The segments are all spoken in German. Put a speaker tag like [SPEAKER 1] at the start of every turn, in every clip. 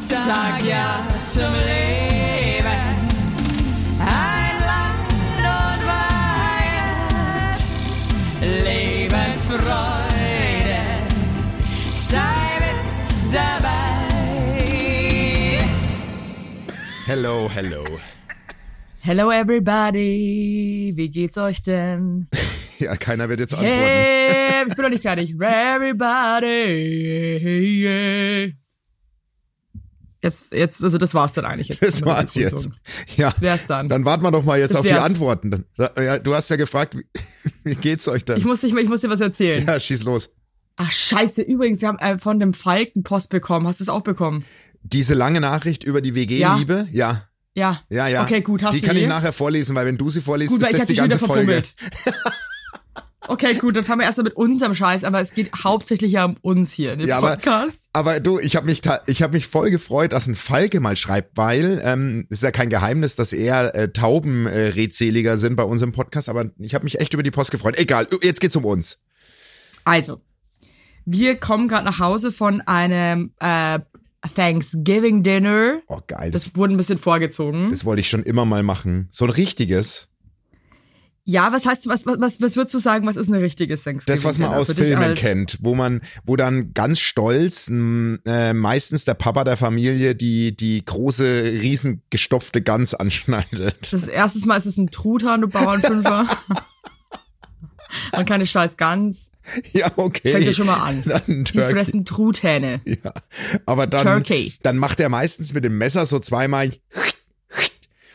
[SPEAKER 1] sag ja zum Leben. Ein Land und Weihend, Lebensfreude, sei mit dabei.
[SPEAKER 2] Hello, hello.
[SPEAKER 1] Hello everybody, wie geht's euch denn?
[SPEAKER 2] Ja, keiner wird jetzt antworten.
[SPEAKER 1] Hey, ich bin noch nicht fertig. Everybody. Hey, hey. Jetzt, jetzt, also das war's dann eigentlich jetzt.
[SPEAKER 2] Das war's jetzt. Ja. Das
[SPEAKER 1] wär's dann.
[SPEAKER 2] Dann warten wir doch mal jetzt
[SPEAKER 1] Das
[SPEAKER 2] auf die
[SPEAKER 1] wär's.
[SPEAKER 2] Antworten. Dann- Ja, du hast ja gefragt, wie, wie geht's euch
[SPEAKER 1] Ich
[SPEAKER 2] denn?
[SPEAKER 1] muss, dich, ich muss dir was erzählen.
[SPEAKER 2] Ja, schieß los.
[SPEAKER 1] Ach scheiße, übrigens, wir haben äh, von dem Falken Post bekommen. Hast du es auch bekommen?
[SPEAKER 2] Diese lange Nachricht über die WG-Liebe, ja.
[SPEAKER 1] Ja.
[SPEAKER 2] ja, ja, ja.
[SPEAKER 1] Okay, gut, hast
[SPEAKER 2] Die
[SPEAKER 1] du
[SPEAKER 2] kann
[SPEAKER 1] die?
[SPEAKER 2] ich nachher vorlesen, weil wenn du sie vorliest,
[SPEAKER 1] Gut,
[SPEAKER 2] ist
[SPEAKER 1] weil ich
[SPEAKER 2] das
[SPEAKER 1] hab
[SPEAKER 2] die
[SPEAKER 1] dich wieder
[SPEAKER 2] ganze Folge.
[SPEAKER 1] verbummelt. Okay, gut, dann fangen wir erst mal mit unserem Scheiß an, weil es geht hauptsächlich ja um uns hier in dem
[SPEAKER 2] Ja, aber-
[SPEAKER 1] Podcast.
[SPEAKER 2] Aber du, ich habe mich, ta- ich habe mich voll gefreut, dass ein Falke mal schreibt, weil ähm, es ist ja kein Geheimnis, dass eher äh, Tauben äh, redseliger sind bei unserem Podcast. Aber ich habe mich echt über die Post gefreut. Egal, jetzt geht's um uns.
[SPEAKER 1] Also, wir kommen gerade nach Hause von einem äh, Thanksgiving Dinner.
[SPEAKER 2] Oh geil, das,
[SPEAKER 1] Das wurde ein bisschen vorgezogen.
[SPEAKER 2] das wollte ich schon immer mal machen. So ein richtiges.
[SPEAKER 1] Ja, was heißt, was, was, was, was würdest du sagen, was ist ein richtiges Thanksgiving?
[SPEAKER 2] Das, was man
[SPEAKER 1] Dinner
[SPEAKER 2] aus
[SPEAKER 1] für dich
[SPEAKER 2] Filmen
[SPEAKER 1] als-
[SPEAKER 2] kennt, wo man, wo dann ganz stolz m, äh, meistens der Papa der Familie die die große riesen gestopfte Gans anschneidet.
[SPEAKER 1] Das erste Mal ist es ein Truthahn, du Bauernfünfer. Und keine scheiß Gans.
[SPEAKER 2] Ja, okay.
[SPEAKER 1] Fängt ja schon mal an.
[SPEAKER 2] Dann ein
[SPEAKER 1] Die
[SPEAKER 2] Turkey.
[SPEAKER 1] fressen Truthähne.
[SPEAKER 2] Ja. Aber dann
[SPEAKER 1] Turkey.
[SPEAKER 2] dann macht er meistens mit dem Messer so zweimal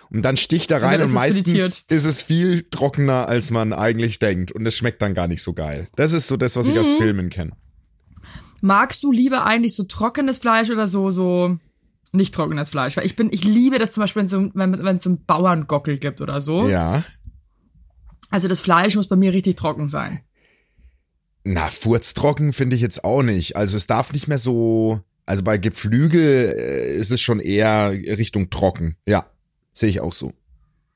[SPEAKER 2] und dann sticht er rein
[SPEAKER 1] dann
[SPEAKER 2] und,
[SPEAKER 1] ist es
[SPEAKER 2] meistens
[SPEAKER 1] filetiert.
[SPEAKER 2] ist es viel trockener als man eigentlich denkt und es schmeckt dann gar nicht so geil. Das ist so das, was ich aus
[SPEAKER 1] Mhm.
[SPEAKER 2] Filmen kenne.
[SPEAKER 1] Magst du lieber eigentlich so trockenes Fleisch oder so, so nicht trockenes Fleisch? Weil ich bin, ich liebe das zum Beispiel, wenn so- wenn wenn es so einen Bauerngockel gibt oder so.
[SPEAKER 2] Ja.
[SPEAKER 1] Also das Fleisch muss bei mir richtig trocken sein.
[SPEAKER 2] Na, furztrocken finde ich jetzt auch nicht. Also es darf nicht mehr so, also bei Geflügel äh, ist es schon eher Richtung trocken. Ja, sehe ich auch so.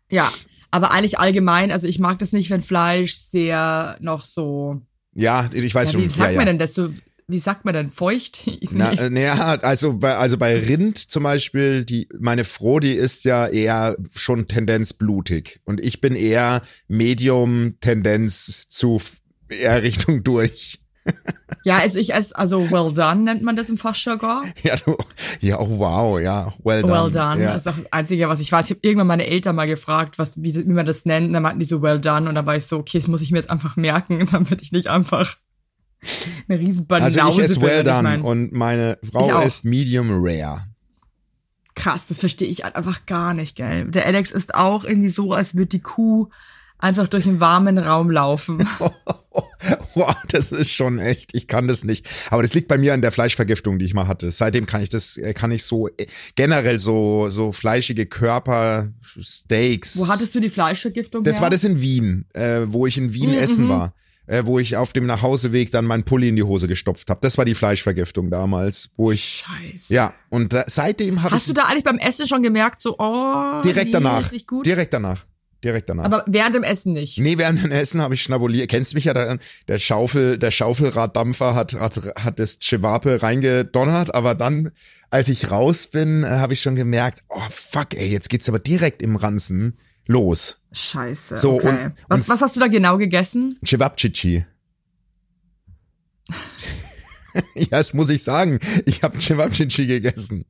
[SPEAKER 1] Ja. Aber eigentlich allgemein, also ich mag das nicht, wenn Fleisch sehr noch so.
[SPEAKER 2] Ja, ich weiß
[SPEAKER 1] Ja,
[SPEAKER 2] schon.
[SPEAKER 1] wie sagt
[SPEAKER 2] Also, ja,
[SPEAKER 1] man
[SPEAKER 2] ja.
[SPEAKER 1] denn das so? Wie sagt man denn? Feucht?
[SPEAKER 2] Na,
[SPEAKER 1] Nee.
[SPEAKER 2] äh, na ja, also bei, also bei Rind zum Beispiel, die, meine Frodi ist ja eher schon Tendenz blutig. Und ich bin eher Medium Tendenz zu f- eher Richtung durch.
[SPEAKER 1] Ja, also ich esse, also well done nennt man das im Fachjargon.
[SPEAKER 2] Ja, du, ja, oh, wow, ja, well done.
[SPEAKER 1] Well done.
[SPEAKER 2] Ja.
[SPEAKER 1] Das ist auch das Einzige, was ich weiß. Ich habe irgendwann meine Eltern mal gefragt, was, wie, wie man das nennt. Und dann meinten die so well done. Und dann war ich so, okay, das muss ich mir jetzt einfach merken, damit ich nicht einfach eine riesen Banause
[SPEAKER 2] also ich esse
[SPEAKER 1] bin.
[SPEAKER 2] well
[SPEAKER 1] Und
[SPEAKER 2] done
[SPEAKER 1] mein,
[SPEAKER 2] und meine
[SPEAKER 1] Ich
[SPEAKER 2] Frau
[SPEAKER 1] auch.
[SPEAKER 2] ist medium rare.
[SPEAKER 1] krass, das verstehe ich halt einfach gar nicht, gell. Der Alex ist auch irgendwie so, als würde die Kuh einfach durch einen warmen Raum laufen.
[SPEAKER 2] Wow, das ist schon echt. Ich kann das nicht. Aber das liegt bei mir an der Fleischvergiftung, die ich mal hatte. Seitdem kann ich das, äh, kann ich so äh, generell so so fleischige Körper, Steaks.
[SPEAKER 1] Wo hattest du die Fleischvergiftung
[SPEAKER 2] Das
[SPEAKER 1] her? Mhm,
[SPEAKER 2] war das in Wien, äh, wo ich in Wien essen war, äh, wo ich auf dem Nachhauseweg dann meinen Pulli in die Hose gestopft habe. Das war die Fleischvergiftung damals, wo ich
[SPEAKER 1] Scheiße.
[SPEAKER 2] ja und da, seitdem habe ich
[SPEAKER 1] Hast du da eigentlich beim Essen schon gemerkt, so, oh,
[SPEAKER 2] direkt
[SPEAKER 1] nee,
[SPEAKER 2] danach,
[SPEAKER 1] ist nicht gut?
[SPEAKER 2] direkt danach, direkt danach. Mhm.
[SPEAKER 1] Aber während dem Essen nicht.
[SPEAKER 2] Nee, während dem Essen habe ich schnabuliert. Kennst mich ja, der, der Schaufel, der Schaufelraddampfer hat, hat, hat das Chewape reingedonnert, aber dann, als ich raus bin, äh, habe ich schon gemerkt, oh fuck, ey, jetzt geht's aber direkt im Ranzen los.
[SPEAKER 1] Scheiße.
[SPEAKER 2] So,
[SPEAKER 1] okay.
[SPEAKER 2] und-
[SPEAKER 1] was,
[SPEAKER 2] und-
[SPEAKER 1] was hast du da genau gegessen?
[SPEAKER 2] Chewabchichi. ja, das muss ich sagen. Ich habe Chewabchichi gegessen.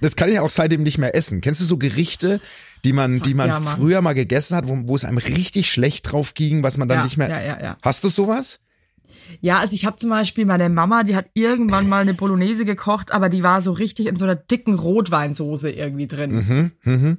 [SPEAKER 2] Das kann ich auch seitdem nicht mehr essen. Kennst du so Gerichte, die man, die man
[SPEAKER 1] ja, Mann.
[SPEAKER 2] früher mal gegessen hat, wo, wo es einem richtig schlecht drauf ging, was man dann
[SPEAKER 1] ja,
[SPEAKER 2] nicht mehr.
[SPEAKER 1] ja, ja, ja.
[SPEAKER 2] Hast du sowas?
[SPEAKER 1] Ja, also ich habe zum Beispiel meine Mama, die hat irgendwann mal eine Bolognese gekocht, aber die war so richtig in so einer dicken Rotweinsoße irgendwie drin.
[SPEAKER 2] Mhm,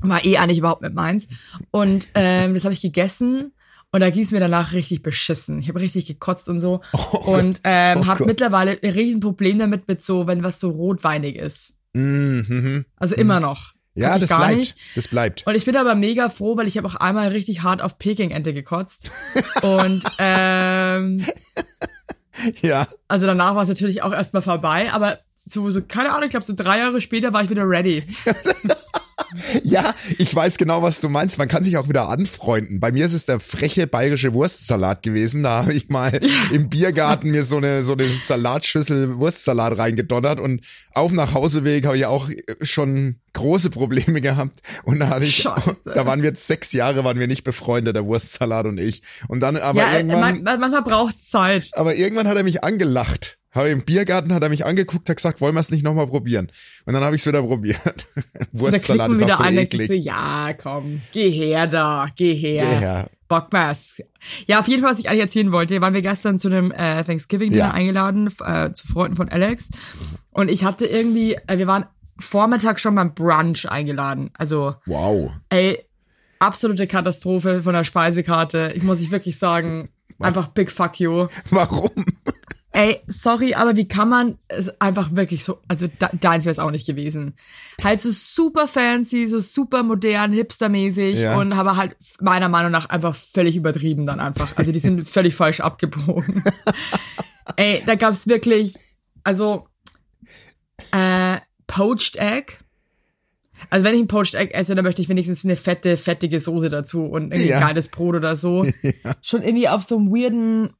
[SPEAKER 1] War eh eigentlich überhaupt mit meins. Und ähm, das habe ich gegessen und da ging es mir danach richtig beschissen. Ich habe richtig gekotzt und so. und ähm,
[SPEAKER 2] Oh
[SPEAKER 1] habe
[SPEAKER 2] Gott.
[SPEAKER 1] mittlerweile ein riesen Problem damit, mit so, wenn was so rotweinig ist.
[SPEAKER 2] Mhm.
[SPEAKER 1] Also immer noch.
[SPEAKER 2] Ja,
[SPEAKER 1] Kann ich
[SPEAKER 2] das
[SPEAKER 1] gar
[SPEAKER 2] bleibt.
[SPEAKER 1] Nicht.
[SPEAKER 2] Das bleibt.
[SPEAKER 1] Und ich bin aber mega froh, weil ich habe auch einmal richtig hart auf Peking-Ente gekotzt. Und ähm,
[SPEAKER 2] Ja.
[SPEAKER 1] also danach war es natürlich auch erstmal vorbei, aber so, so keine Ahnung, ich glaube so drei Jahre später war ich wieder ready.
[SPEAKER 2] Ja, ich weiß genau, was du meinst. Man kann sich auch wieder anfreunden. Bei mir ist es der freche bayerische Wurstsalat gewesen. Da habe ich mal im Biergarten mir so eine, so eine Salatschüssel Wurstsalat reingedonnert und auf nach Hauseweg habe ich auch äh, schon große Probleme gehabt. Und da hatte ich,
[SPEAKER 1] Scheiße.
[SPEAKER 2] da waren wir jetzt sechs Jahre, waren wir nicht befreundet, der Wurstsalat und ich. Und dann, aber
[SPEAKER 1] ja, äh,
[SPEAKER 2] irgendwann.
[SPEAKER 1] man, man, manchmal braucht's Zeit.
[SPEAKER 2] Aber irgendwann hat er mich angelacht. Habe im Biergarten hat er mich angeguckt, hat gesagt, wollen wir es nicht nochmal probieren? Und dann habe ich es wieder probiert.
[SPEAKER 1] Und da
[SPEAKER 2] Wurstsalat
[SPEAKER 1] klicken
[SPEAKER 2] ist
[SPEAKER 1] wieder
[SPEAKER 2] auch so
[SPEAKER 1] ein, dann
[SPEAKER 2] eklig.
[SPEAKER 1] kriegst du, ja, komm, geh her da, geh her.
[SPEAKER 2] Geh her.
[SPEAKER 1] Bock mir's. Ja, auf jeden Fall, was ich eigentlich erzählen wollte, waren wir gestern zu einem äh, Thanksgiving-Dinner
[SPEAKER 2] Ja.
[SPEAKER 1] eingeladen, f- äh, zu Freunden von Alex. Und ich hatte irgendwie, äh, wir waren Vormittag schon beim Brunch eingeladen. Also,
[SPEAKER 2] Wow.
[SPEAKER 1] ey, absolute Katastrophe von der Speisekarte. Ich muss ich wirklich sagen, einfach big fuck you.
[SPEAKER 2] Warum?
[SPEAKER 1] Ey, sorry, aber wie kann man es einfach wirklich so, also da, deins wäre es auch nicht gewesen. Halt so super fancy, so super modern, hipstermäßig
[SPEAKER 2] Ja.
[SPEAKER 1] und aber halt meiner Meinung nach einfach völlig übertrieben dann einfach. Also die sind völlig falsch abgebogen. Ey, da gab's wirklich, also äh, Poached Egg. Also wenn ich ein Poached Egg esse, dann möchte ich wenigstens eine fette, fettige Soße dazu und irgendwie
[SPEAKER 2] Ja.
[SPEAKER 1] geiles Brot oder so. Schon irgendwie auf so einem weirden,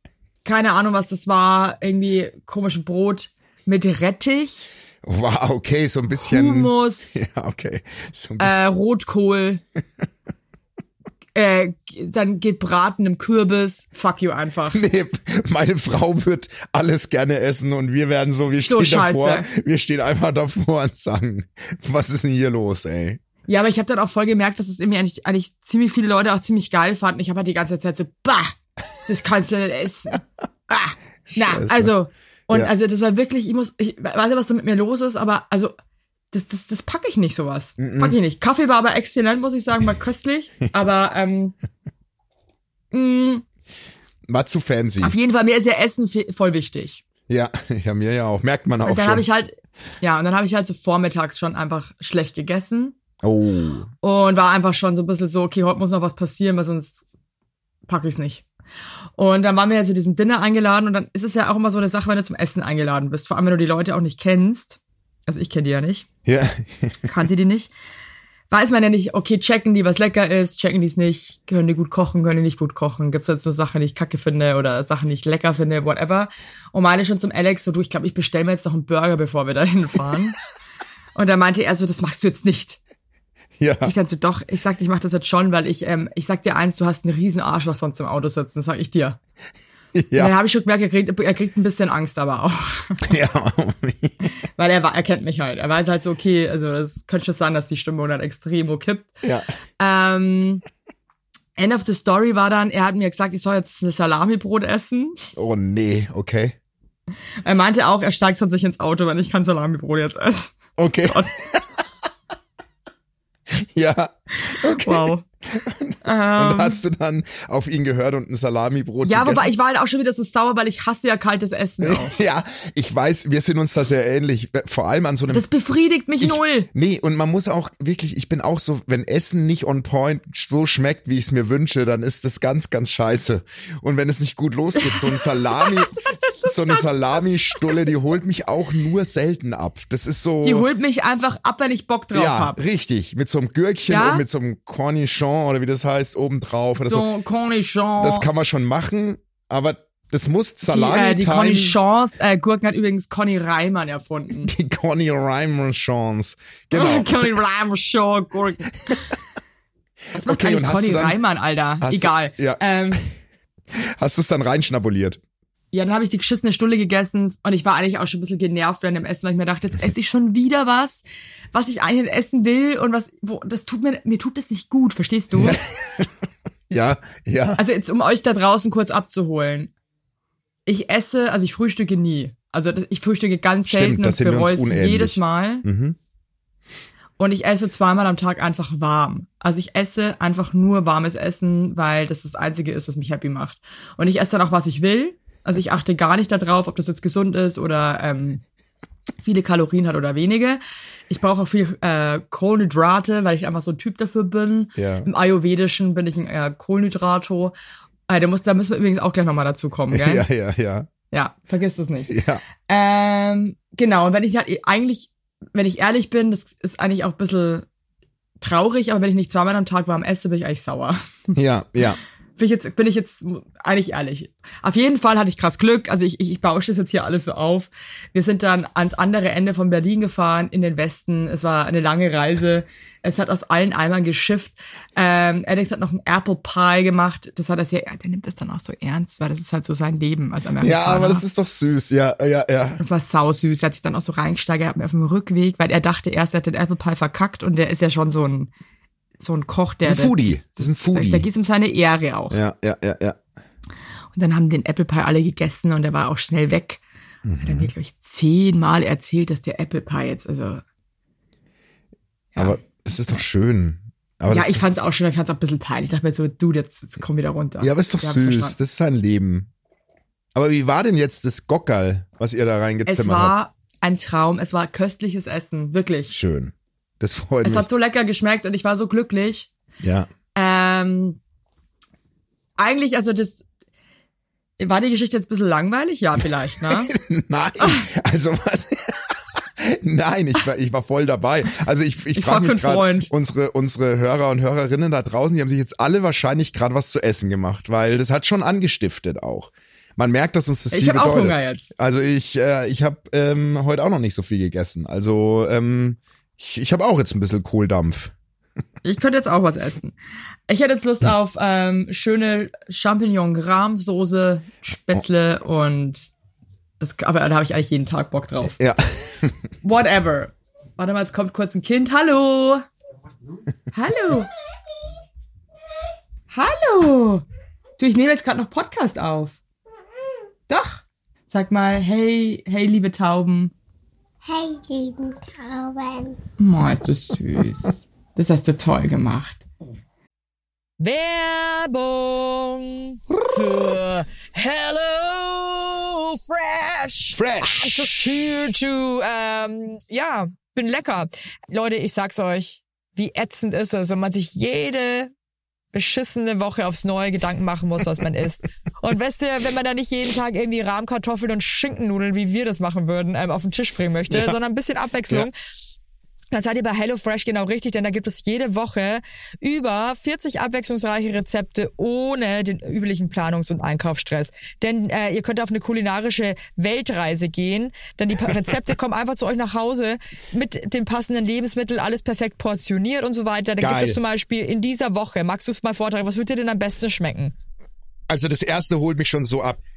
[SPEAKER 1] keine Ahnung was das war, irgendwie komischen Brot mit Rettich,
[SPEAKER 2] Wow, okay, so ein bisschen.
[SPEAKER 1] Hummus,
[SPEAKER 2] Ja, okay. So ein bisschen.
[SPEAKER 1] äh, Rotkohl. Äh, dann geht Braten im Kürbis. Fuck you einfach.
[SPEAKER 2] Nee, meine Frau wird alles gerne essen und wir werden so, wir
[SPEAKER 1] So
[SPEAKER 2] stehen davor,
[SPEAKER 1] scheiße.
[SPEAKER 2] wir stehen einfach davor und sagen, was ist denn hier los, ey?
[SPEAKER 1] Ja, aber ich habe dann auch voll gemerkt, dass es irgendwie eigentlich, eigentlich ziemlich viele Leute auch ziemlich geil fanden. Ich habe halt die ganze Zeit so, bah, das kannst du nicht essen. Bah. Na,
[SPEAKER 2] Scheiße.
[SPEAKER 1] also, und
[SPEAKER 2] Ja.
[SPEAKER 1] also das war wirklich, ich muss, ich weiß nicht, was da mit mir los ist, aber also, das, das, das packe ich nicht, sowas. Pack ich nicht. Kaffee war aber exzellent, muss ich sagen, war köstlich, aber ähm, mh,
[SPEAKER 2] War zu fancy.
[SPEAKER 1] auf jeden Fall, mir ist ja Essen vi- voll wichtig.
[SPEAKER 2] Ja, ja, mir ja auch. Merkt man auch
[SPEAKER 1] Und dann
[SPEAKER 2] schon.
[SPEAKER 1] habe ich halt, ja, und dann habe ich halt so vormittags schon einfach schlecht gegessen
[SPEAKER 2] oh.
[SPEAKER 1] und war einfach schon so ein bisschen so, okay, heute muss noch was passieren, weil sonst packe ich es nicht. Und dann waren wir ja zu diesem Dinner eingeladen und dann ist es ja auch immer so eine Sache, wenn du zum Essen eingeladen bist, vor allem wenn du die Leute auch nicht kennst. Also ich kenne die ja nicht,
[SPEAKER 2] Ja,
[SPEAKER 1] kannte die nicht. Weiß man ja nicht, okay, checken die, was lecker ist, checken die es nicht, können die gut kochen, können die nicht gut kochen, gibt's jetzt nur Sachen, die ich kacke finde oder Sachen, die ich lecker finde, whatever. Und meine schon zum Alex so, du, ich glaube, ich bestelle mir jetzt noch einen Burger, bevor wir dahin fahren. und da meinte er so, das machst du jetzt nicht.
[SPEAKER 2] ja.
[SPEAKER 1] Ich dann so, doch, ich sagte, ich mache das jetzt schon, weil ich, ähm, ich sag dir eins, du hast einen riesen Arschloch sonst im Auto sitzen, das sag ich dir. Und dann
[SPEAKER 2] Ja,
[SPEAKER 1] habe ich schon gemerkt, er kriegt, er kriegt ein bisschen Angst aber auch.
[SPEAKER 2] ja.
[SPEAKER 1] Weil er, war- er kennt mich halt. Er weiß halt so, okay, also es könnte schon sein, dass die Stimmung dann extrem wo kippt.
[SPEAKER 2] ja.
[SPEAKER 1] Ähm, End of the Story war dann, er hat mir gesagt, ich soll jetzt ein Salamibrot essen.
[SPEAKER 2] Oh nee, okay.
[SPEAKER 1] Er meinte auch, er steigt sonst nicht ins Auto, wenn ich kein Salamibrot jetzt esse.
[SPEAKER 2] Okay. ja. Okay.
[SPEAKER 1] Wow.
[SPEAKER 2] Und hast du dann auf ihn gehört und ein Salamibrot
[SPEAKER 1] Ähm. Ja,
[SPEAKER 2] gegessen?
[SPEAKER 1] wobei ich war halt auch schon wieder so sauer, weil ich hasse ja kaltes Essen auch.
[SPEAKER 2] Ja, ich weiß, wir sind uns da sehr ähnlich. Vor allem an so einem
[SPEAKER 1] Das befriedigt mich null.
[SPEAKER 2] Nee, und man muss auch wirklich, ich bin auch so, wenn Essen nicht on point so schmeckt, wie ich es mir wünsche, dann ist das ganz, ganz scheiße. Und wenn es nicht gut losgeht, so ein Salami, so eine Salami-Stulle, die holt mich auch nur selten ab. Das ist so.
[SPEAKER 1] Die holt mich einfach ab, wenn ich Bock drauf
[SPEAKER 2] Oh. ja,
[SPEAKER 1] hab.
[SPEAKER 2] richtig. Mit so einem Gürkchen
[SPEAKER 1] Ja?
[SPEAKER 2] und mit so einem Cornichon oder wie das heißt, obendrauf oder so.
[SPEAKER 1] So, Cornichon.
[SPEAKER 2] Das kann man schon machen, aber das muss
[SPEAKER 1] die,
[SPEAKER 2] Salami
[SPEAKER 1] äh, die Cornichons, äh, Gurken hat übrigens Conny Reimann erfunden.
[SPEAKER 2] die Conny Reimerschons. Genau.
[SPEAKER 1] Conny Reimann, Shaw, Gurken. Was macht
[SPEAKER 2] Okay,
[SPEAKER 1] eigentlich
[SPEAKER 2] und hast
[SPEAKER 1] Conny
[SPEAKER 2] du dann-
[SPEAKER 1] Reimann, Alter?
[SPEAKER 2] hast du-
[SPEAKER 1] Egal.
[SPEAKER 2] ja.
[SPEAKER 1] Ähm,
[SPEAKER 2] Hast du es dann reinschnabuliert?
[SPEAKER 1] ja, dann habe ich die geschissene Stulle gegessen und ich war eigentlich auch schon ein bisschen genervt während dem Essen, weil ich mir dachte, jetzt esse ich schon wieder was, was ich eigentlich nicht essen will und was, wo, das tut mir, mir tut das nicht gut, verstehst du?
[SPEAKER 2] Ja, ja.
[SPEAKER 1] Also jetzt, um euch da draußen kurz abzuholen. Ich esse, also ich frühstücke nie. Also das- ich frühstücke ganz
[SPEAKER 2] Stimmt,
[SPEAKER 1] selten
[SPEAKER 2] da
[SPEAKER 1] und
[SPEAKER 2] sind wir uns
[SPEAKER 1] bereue es
[SPEAKER 2] unähnlich.
[SPEAKER 1] jedes Mal.
[SPEAKER 2] Mhm.
[SPEAKER 1] Und ich esse zweimal am Tag einfach warm. Also ich esse einfach nur warmes Essen, weil das das Einzige ist, was mich happy macht. Und ich esse dann auch, was ich will. Also ich achte gar nicht darauf, ob das jetzt gesund ist oder ähm, viele Kalorien hat oder wenige. Ich brauche auch viel äh, Kohlenhydrate, weil ich einfach so ein Typ dafür bin.
[SPEAKER 2] Ja.
[SPEAKER 1] Im Ayurvedischen bin ich ein äh, Kohlenhydrato. Äh, da, muss, da müssen wir übrigens auch gleich nochmal dazu kommen, gell?
[SPEAKER 2] Ja, ja, ja.
[SPEAKER 1] ja, vergiss das nicht.
[SPEAKER 2] Ja,
[SPEAKER 1] Ähm, genau, und wenn ich halt eh- eigentlich, wenn ich ehrlich bin, das ist eigentlich auch ein bisschen traurig, aber wenn ich nicht zweimal am Tag warm esse, bin ich eigentlich sauer.
[SPEAKER 2] Ja, ja.
[SPEAKER 1] Bin ich jetzt, bin ich jetzt eigentlich ehrlich. Auf jeden Fall hatte ich krass Glück. Also ich, ich, ich bausche das jetzt hier alles so auf. Wir sind dann ans andere Ende von Berlin gefahren, in den Westen. Es war eine lange Reise. Es hat aus allen Eimern geschifft. Ähm, Alex hat noch einen Apple Pie gemacht. Das hat er sehr, der nimmt das dann auch so ernst, weil das ist halt so sein Leben als Amerikaner.
[SPEAKER 2] Ja, aber das ist doch süß. Ja, ja, ja.
[SPEAKER 1] Das war sausüß. Er hat sich dann auch so reingesteigert, hat mir auf dem Rückweg, weil er dachte erst, er hat den Apple Pie verkackt und der ist ja schon so ein, so ein Koch, der.
[SPEAKER 2] Ein Foodie. Das ist ein Foodie.
[SPEAKER 1] Da geht's ihm seine Ehre auch.
[SPEAKER 2] Ja, ja, ja, ja.
[SPEAKER 1] Und dann haben den Apple Pie alle gegessen und er war auch schnell weg. Hat
[SPEAKER 2] Mhm.
[SPEAKER 1] er mir, glaube ich, zehnmal erzählt, dass der Apple Pie jetzt, also. Ja.
[SPEAKER 2] Aber das ist doch schön. Aber
[SPEAKER 1] ja,
[SPEAKER 2] das,
[SPEAKER 1] ich fand's auch schon, ich fand's auch ein bisschen peinlich. Ich dachte mir so, du, jetzt, jetzt komm wieder runter.
[SPEAKER 2] ja, aber ist doch
[SPEAKER 1] Wir haben's
[SPEAKER 2] süß.
[SPEAKER 1] verstanden.
[SPEAKER 2] Das ist sein Leben. Aber wie war denn jetzt das Gockerl, was ihr da
[SPEAKER 1] Es
[SPEAKER 2] reingezimmert habt?
[SPEAKER 1] war ein Traum, es war köstliches Essen, wirklich.
[SPEAKER 2] Schön. Das freut
[SPEAKER 1] Es
[SPEAKER 2] mich.
[SPEAKER 1] hat so lecker geschmeckt und ich war so glücklich.
[SPEAKER 2] ja.
[SPEAKER 1] Ähm, eigentlich, also das. War die Geschichte jetzt ein bisschen langweilig? Ja, vielleicht, ne?
[SPEAKER 2] Nein, also was? Nein, ich war, ich war voll dabei. Also ich, ich,
[SPEAKER 1] Ich
[SPEAKER 2] frage
[SPEAKER 1] frag
[SPEAKER 2] mich
[SPEAKER 1] für einen
[SPEAKER 2] gerade,
[SPEAKER 1] Freund.
[SPEAKER 2] unsere, unsere Hörer und Hörerinnen da draußen, die haben sich jetzt alle wahrscheinlich gerade was zu essen gemacht, weil das hat schon angestiftet auch. Man merkt, dass uns das
[SPEAKER 1] Ich
[SPEAKER 2] viel
[SPEAKER 1] habe auch
[SPEAKER 2] bedeutet.
[SPEAKER 1] Hunger jetzt.
[SPEAKER 2] Also ich, äh, ich habe ähm, heute auch noch nicht so viel gegessen. Also ähm, ich, ich habe auch jetzt ein bisschen Kohldampf.
[SPEAKER 1] Ich könnte jetzt auch was essen. Ich hätte jetzt Lust auf ähm, schöne Champignon-Rahmsoße, Spätzle
[SPEAKER 2] Oh.
[SPEAKER 1] und das, aber da habe ich eigentlich jeden Tag Bock drauf.
[SPEAKER 2] Ja,
[SPEAKER 1] Whatever. Warte mal, es kommt kurz ein Kind. Hallo. Hallo. Hallo. Du, ich nehme jetzt gerade noch Podcast auf. Doch. Sag mal, hey, hey, liebe Tauben.
[SPEAKER 3] Hey, lieben Tauben.
[SPEAKER 1] Oh, ist das süß. Das hast du toll gemacht. Werbung für Hello Fresh. I'm
[SPEAKER 2] fresh.
[SPEAKER 1] just here to, ähm, ja, bin lecker. Leute, ich sag's euch, wie ätzend ist es, wenn man sich jede beschissene Woche aufs Neue Gedanken machen muss, was man isst. Und weißt du, wenn man da nicht jeden Tag irgendwie Rahmkartoffeln und Schinkennudeln, wie wir das machen würden, ähm, auf den Tisch bringen möchte, sondern ein bisschen Abwechslung. Dann seid ihr bei HelloFresh genau richtig, denn da gibt es jede Woche über 40 abwechslungsreiche Rezepte ohne den üblichen Planungs- und Einkaufsstress. Denn äh, ihr könnt auf eine kulinarische Weltreise gehen, denn die Pa- Rezepte kommen einfach zu euch nach Hause mit den passenden Lebensmitteln, alles perfekt portioniert und so weiter. Dann
[SPEAKER 2] Geil.
[SPEAKER 1] gibt es zum Beispiel in dieser Woche, magst du es mal vortragen, was wird dir denn am besten schmecken?
[SPEAKER 2] Also das erste holt mich schon so ab.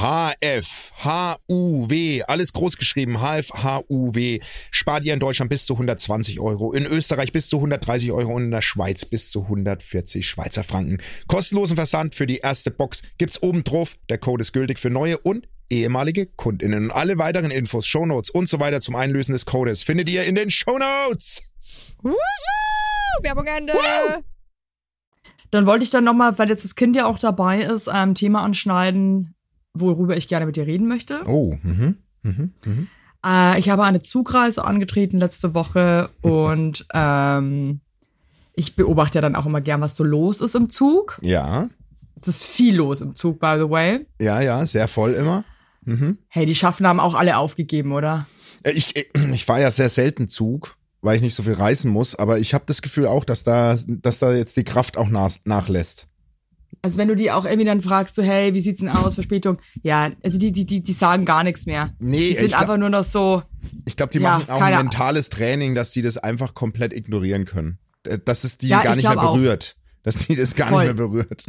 [SPEAKER 2] HF, HUW, alles groß geschrieben, HF, HUW, spart ihr in Deutschland bis zu 120 Euro, in Österreich bis zu 130 Euro und in der Schweiz bis zu 140 Schweizer Franken. Kostenlosen Versand für die erste Box gibt's oben drauf, der Code ist gültig für neue und ehemalige KundInnen. Und alle weiteren Infos, Shownotes und so weiter zum Einlösen des Codes findet ihr in den Shownotes.
[SPEAKER 1] Woohoo! Werbung Ende! Dann wollte ich dann nochmal, weil jetzt das Kind ja auch dabei ist, ein Thema anschneiden, worüber ich gerne mit dir reden möchte.
[SPEAKER 2] Oh, mhm, mhm, mhm.
[SPEAKER 1] Äh, ich habe eine Zugreise angetreten letzte Woche und ähm, ich beobachte ja dann auch immer gern, was so los ist im Zug.
[SPEAKER 2] Ja,
[SPEAKER 1] Es ist viel los im Zug, by the way.
[SPEAKER 2] ja, ja, sehr voll immer.
[SPEAKER 1] Hey, die Schaffner haben auch alle aufgegeben, oder?
[SPEAKER 2] Äh, Ich, äh, ich fahre ja sehr selten Zug, weil ich nicht so viel reisen muss, aber ich habe das Gefühl auch, dass da, dass da jetzt die Kraft auch nas- nachlässt.
[SPEAKER 1] Also wenn du die auch irgendwie dann fragst, so hey, wie sieht's denn aus, Verspätung? Ja, also die, die, die, die sagen gar nichts mehr.
[SPEAKER 2] Nee,
[SPEAKER 1] die
[SPEAKER 2] ich
[SPEAKER 1] sind
[SPEAKER 2] glaub-
[SPEAKER 1] einfach nur noch so,
[SPEAKER 2] Ich glaube, die
[SPEAKER 1] Ja,
[SPEAKER 2] machen auch
[SPEAKER 1] keine
[SPEAKER 2] ein
[SPEAKER 1] Ah-
[SPEAKER 2] mentales Training, dass die das einfach komplett ignorieren können. Äh, Dass es die
[SPEAKER 1] Ja,
[SPEAKER 2] gar
[SPEAKER 1] ich
[SPEAKER 2] nicht mehr
[SPEAKER 1] glaub auch.
[SPEAKER 2] berührt. Dass die das gar
[SPEAKER 1] Voll.
[SPEAKER 2] nicht mehr berührt.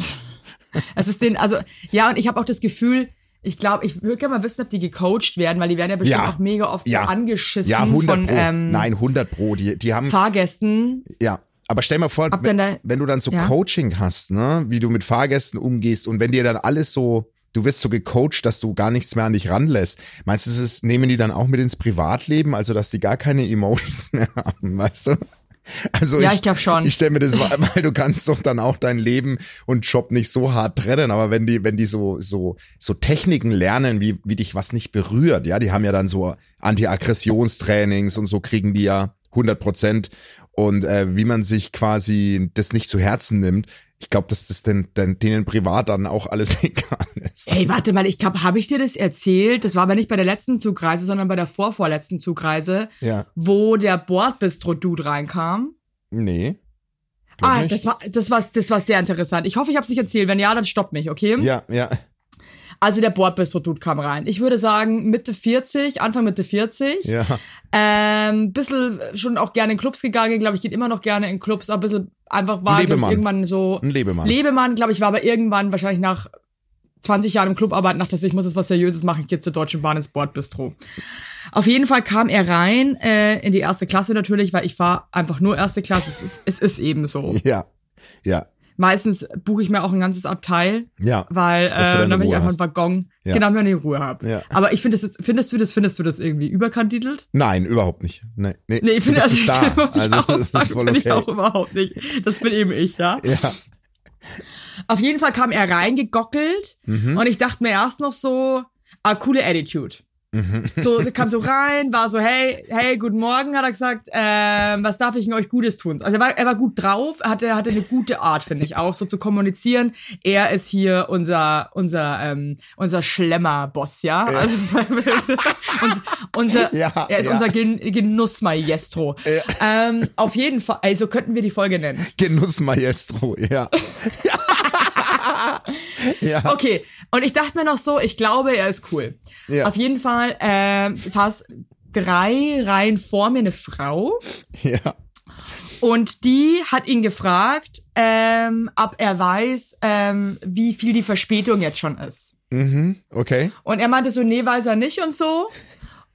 [SPEAKER 1] es ist den, also ja, und ich habe auch das Gefühl, ich glaube, ich würde gerne mal wissen, ob die gecoacht werden, weil die werden ja bestimmt
[SPEAKER 2] Ja.
[SPEAKER 1] auch mega oft
[SPEAKER 2] Ja.
[SPEAKER 1] so angeschissen
[SPEAKER 2] Ja, 100
[SPEAKER 1] von
[SPEAKER 2] Pro.
[SPEAKER 1] ähm,
[SPEAKER 2] Nein, 100 Pro. Die, die haben,
[SPEAKER 1] Fahrgästen.
[SPEAKER 2] ja. Aber stell mal vor,
[SPEAKER 1] Ab
[SPEAKER 2] wenn,
[SPEAKER 1] dann da-
[SPEAKER 2] wenn du dann so
[SPEAKER 1] Ja.
[SPEAKER 2] Coaching hast, ne, wie du mit Fahrgästen umgehst und wenn dir dann alles so, du wirst so gecoacht, dass du gar nichts mehr an dich ranlässt. Meinst du, es ist, nehmen die dann auch mit ins Privatleben, also dass die gar keine Emotions mehr haben, weißt du? Also
[SPEAKER 1] Ja, ich glaub schon.
[SPEAKER 2] Ich stelle mir das, weil weil du kannst doch dann auch dein Leben und Job nicht so hart trennen, aber wenn die, wenn die so, so, so Techniken lernen, wie, wie dich was nicht berührt, ja, die haben ja dann so Anti-Aggressionstrainings und so kriegen die ja 100 Prozent und äh, wie man sich quasi das nicht zu Herzen nimmt. Ich glaube, dass das denn, denn denen privat dann auch alles egal ist.
[SPEAKER 1] Hey, warte mal, ich glaube, habe ich dir das erzählt? Das war aber nicht bei der letzten Zugreise, sondern bei der vorvorletzten Zugreise,
[SPEAKER 2] Ja,
[SPEAKER 1] wo der Bordbistro-Dude reinkam.
[SPEAKER 2] nee. Glaub
[SPEAKER 1] Ah,
[SPEAKER 2] nicht.
[SPEAKER 1] das war, das, war, das war sehr interessant. Ich hoffe, ich habe es nicht erzählt. Wenn ja, dann stopp mich, okay?
[SPEAKER 2] Ja, ja.
[SPEAKER 1] Also der Bordbistro-Dude kam rein. Ich würde sagen, Mitte 40, Anfang Mitte 40.
[SPEAKER 2] Ja,
[SPEAKER 1] Ähm, bisschen schon auch gerne in Clubs gegangen. Ich glaube, ich geht immer noch gerne in Clubs, aber bisschen einfach war glaub
[SPEAKER 2] Lebemann.
[SPEAKER 1] ich, irgendwann so.
[SPEAKER 2] ein Lebemann.
[SPEAKER 1] Lebemann, glaube ich, war aber irgendwann wahrscheinlich nach 20 Jahren im Club arbeiten, dachte ich, muss jetzt was Seriöses machen, ich gehe zur Deutschen Bahn ins Bordbistro. Auf jeden Fall kam er rein, äh, in die erste Klasse natürlich, weil ich fahre einfach nur erste Klasse. Es ist, es ist eben so.
[SPEAKER 2] ja, ja,
[SPEAKER 1] Meistens buche ich mir auch ein ganzes Abteil,
[SPEAKER 2] ja.
[SPEAKER 1] weil
[SPEAKER 2] Dass
[SPEAKER 1] äh,
[SPEAKER 2] du deine
[SPEAKER 1] damit ich
[SPEAKER 2] Ruhe
[SPEAKER 1] einfach
[SPEAKER 2] hast.
[SPEAKER 1] einen Waggon
[SPEAKER 2] Ja.
[SPEAKER 1] genau mir die Ruhe habe.
[SPEAKER 2] Ja.
[SPEAKER 1] Aber ich finde das jetzt, findest du das, findest du das irgendwie überkandidelt?
[SPEAKER 2] Nein, überhaupt nicht. Nee, nee,
[SPEAKER 1] Nee, ich
[SPEAKER 2] du
[SPEAKER 1] finde,
[SPEAKER 2] bist
[SPEAKER 1] also,
[SPEAKER 2] ein Star.
[SPEAKER 1] muss ich
[SPEAKER 2] Also,
[SPEAKER 1] auch
[SPEAKER 2] das ist
[SPEAKER 1] sagen,
[SPEAKER 2] voll
[SPEAKER 1] finde ich
[SPEAKER 2] okay.
[SPEAKER 1] auch überhaupt nicht. Das bin eben ich, ja.
[SPEAKER 2] Ja,
[SPEAKER 1] Auf jeden Fall kam er reingegockelt
[SPEAKER 2] mhm.
[SPEAKER 1] und ich dachte mir erst noch so, ah, coole Attitude.
[SPEAKER 2] Mhm.
[SPEAKER 1] So, er kam so rein, war so, hey, hey, guten Morgen, hat er gesagt, ähm, was darf ich denn euch Gutes tun? Also er war, er war gut drauf, hatte, hatte eine gute Art, finde ich, auch so zu kommunizieren. Er ist hier unser, unser, ähm, unser Schlemmer-Boss, ja? Also, unser, unser,
[SPEAKER 2] Ja,
[SPEAKER 1] er ist
[SPEAKER 2] ja.
[SPEAKER 1] unser Gen Genuss-Maestro. Ähm, auf jeden Fall, also könnten wir die Folge nennen.
[SPEAKER 2] Genuss Maestro, ja. ja,
[SPEAKER 1] Okay, und ich dachte mir noch so, ich glaube, er ist cool.
[SPEAKER 2] Ja.
[SPEAKER 1] Auf jeden Fall ähm, saß drei Reihen vor mir eine Frau
[SPEAKER 2] ja.
[SPEAKER 1] und die hat ihn gefragt, ähm, ob er weiß, ähm, wie viel die Verspätung jetzt schon ist.
[SPEAKER 2] Mhm. Okay.
[SPEAKER 1] Und er meinte so, nee, weiß er nicht und so.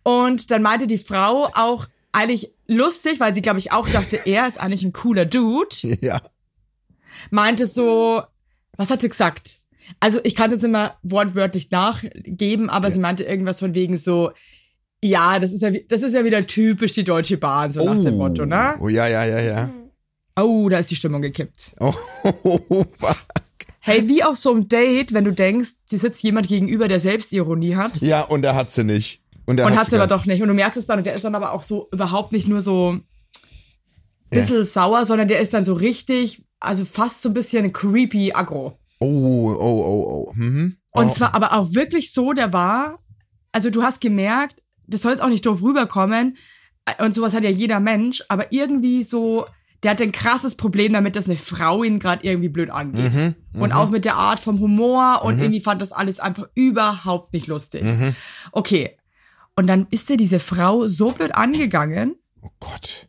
[SPEAKER 1] Und dann meinte die Frau auch eigentlich lustig, weil sie, glaube ich, auch dachte, er ist eigentlich ein cooler Dude.
[SPEAKER 2] Ja.
[SPEAKER 1] meinte so,
[SPEAKER 2] Mhm.
[SPEAKER 1] was hat sie gesagt? Also ich kann es jetzt immer wortwörtlich nachgeben, aber sie meinte irgendwas von wegen so, ja, das ist ja, wie- das ist ja wieder typisch die Deutsche Bahn, so nach dem Motto, ne?
[SPEAKER 2] Oh, ja, ja, ja, ja.
[SPEAKER 1] Oh, da ist die Stimmung gekippt.
[SPEAKER 2] Oh,
[SPEAKER 1] Hey, wie auf so einem Date, wenn du denkst, dir sitzt jemand gegenüber, der Selbstironie hat
[SPEAKER 2] ja, und er hat sie nicht. Und er
[SPEAKER 1] und
[SPEAKER 2] hat
[SPEAKER 1] hat sie aber
[SPEAKER 2] gehabt.
[SPEAKER 1] doch nicht. Und du merkst es dann und der ist dann aber auch so überhaupt nicht nur so bisschen sauer, sondern der ist dann so richtig, also fast so ein bisschen creepy aggro.
[SPEAKER 2] Oh, oh, oh, oh. Mhm.
[SPEAKER 1] Und
[SPEAKER 2] oh.
[SPEAKER 1] zwar aber auch wirklich so, der war, also du hast gemerkt, das soll jetzt auch nicht doof rüberkommen, äh, und sowas hat ja jeder Mensch, aber irgendwie so, der hat ein krasses Problem damit, dass eine Frau ihn gerade irgendwie blöd angeht.
[SPEAKER 2] Mhm.
[SPEAKER 1] Und
[SPEAKER 2] mhm.
[SPEAKER 1] auch mit der Art vom Humor und
[SPEAKER 2] Mhm.
[SPEAKER 1] irgendwie fand das alles einfach überhaupt nicht lustig.
[SPEAKER 2] Mhm.
[SPEAKER 1] Okay. Und dann ist er diese Frau so blöd angegangen,
[SPEAKER 2] Oh Gott.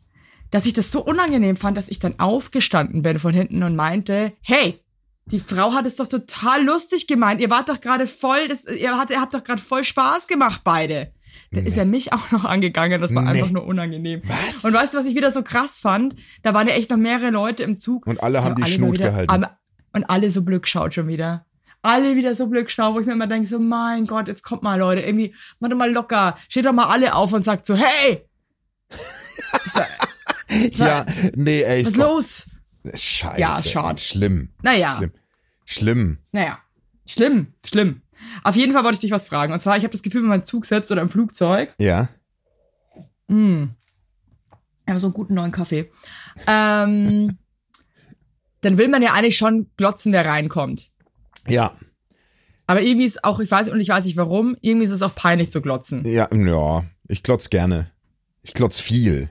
[SPEAKER 1] dass ich das so unangenehm fand, dass ich dann aufgestanden bin von hinten und meinte, hey, die Frau hat es doch total lustig gemeint. Ihr wart doch gerade voll, das, ihr, hat, ihr habt doch gerade voll Spaß gemacht, beide. Da ist er mich auch noch angegangen, das war
[SPEAKER 2] Nee.
[SPEAKER 1] einfach nur unangenehm.
[SPEAKER 2] Was?
[SPEAKER 1] Und weißt du, was ich wieder so krass fand? Da waren ja echt noch mehrere Leute im Zug.
[SPEAKER 2] Und alle haben die
[SPEAKER 1] mal
[SPEAKER 2] Schnut
[SPEAKER 1] wieder,
[SPEAKER 2] gehalten.
[SPEAKER 1] am- und alle so Glück schaut schon wieder. Alle wieder so Glück schaut, wo ich mir immer denke, so, mein Gott, jetzt kommt mal, Leute, irgendwie, macht doch mal locker, steht doch mal alle auf und sagt so, hey,
[SPEAKER 2] ja, nee, ey.
[SPEAKER 1] was
[SPEAKER 2] ist
[SPEAKER 1] ist
[SPEAKER 2] doch-
[SPEAKER 1] los?
[SPEAKER 2] Scheiße.
[SPEAKER 1] Ja, schade.
[SPEAKER 2] Schlimm.
[SPEAKER 1] Naja.
[SPEAKER 2] Schlimm. Schlimm.
[SPEAKER 1] Naja, schlimm, schlimm. Auf jeden Fall wollte ich dich was fragen. Und zwar, ich habe das Gefühl, wenn man im Zug sitzt oder im Flugzeug,
[SPEAKER 2] Ja.
[SPEAKER 1] ich habe so einen guten neuen Kaffee, ähm, dann will man ja eigentlich schon glotzen, wer reinkommt.
[SPEAKER 2] Ja.
[SPEAKER 1] Aber irgendwie ist auch, ich weiß und ich weiß nicht warum, irgendwie ist es auch peinlich zu glotzen.
[SPEAKER 2] Ja, ja, ich glotz gerne. Ich glotz viel.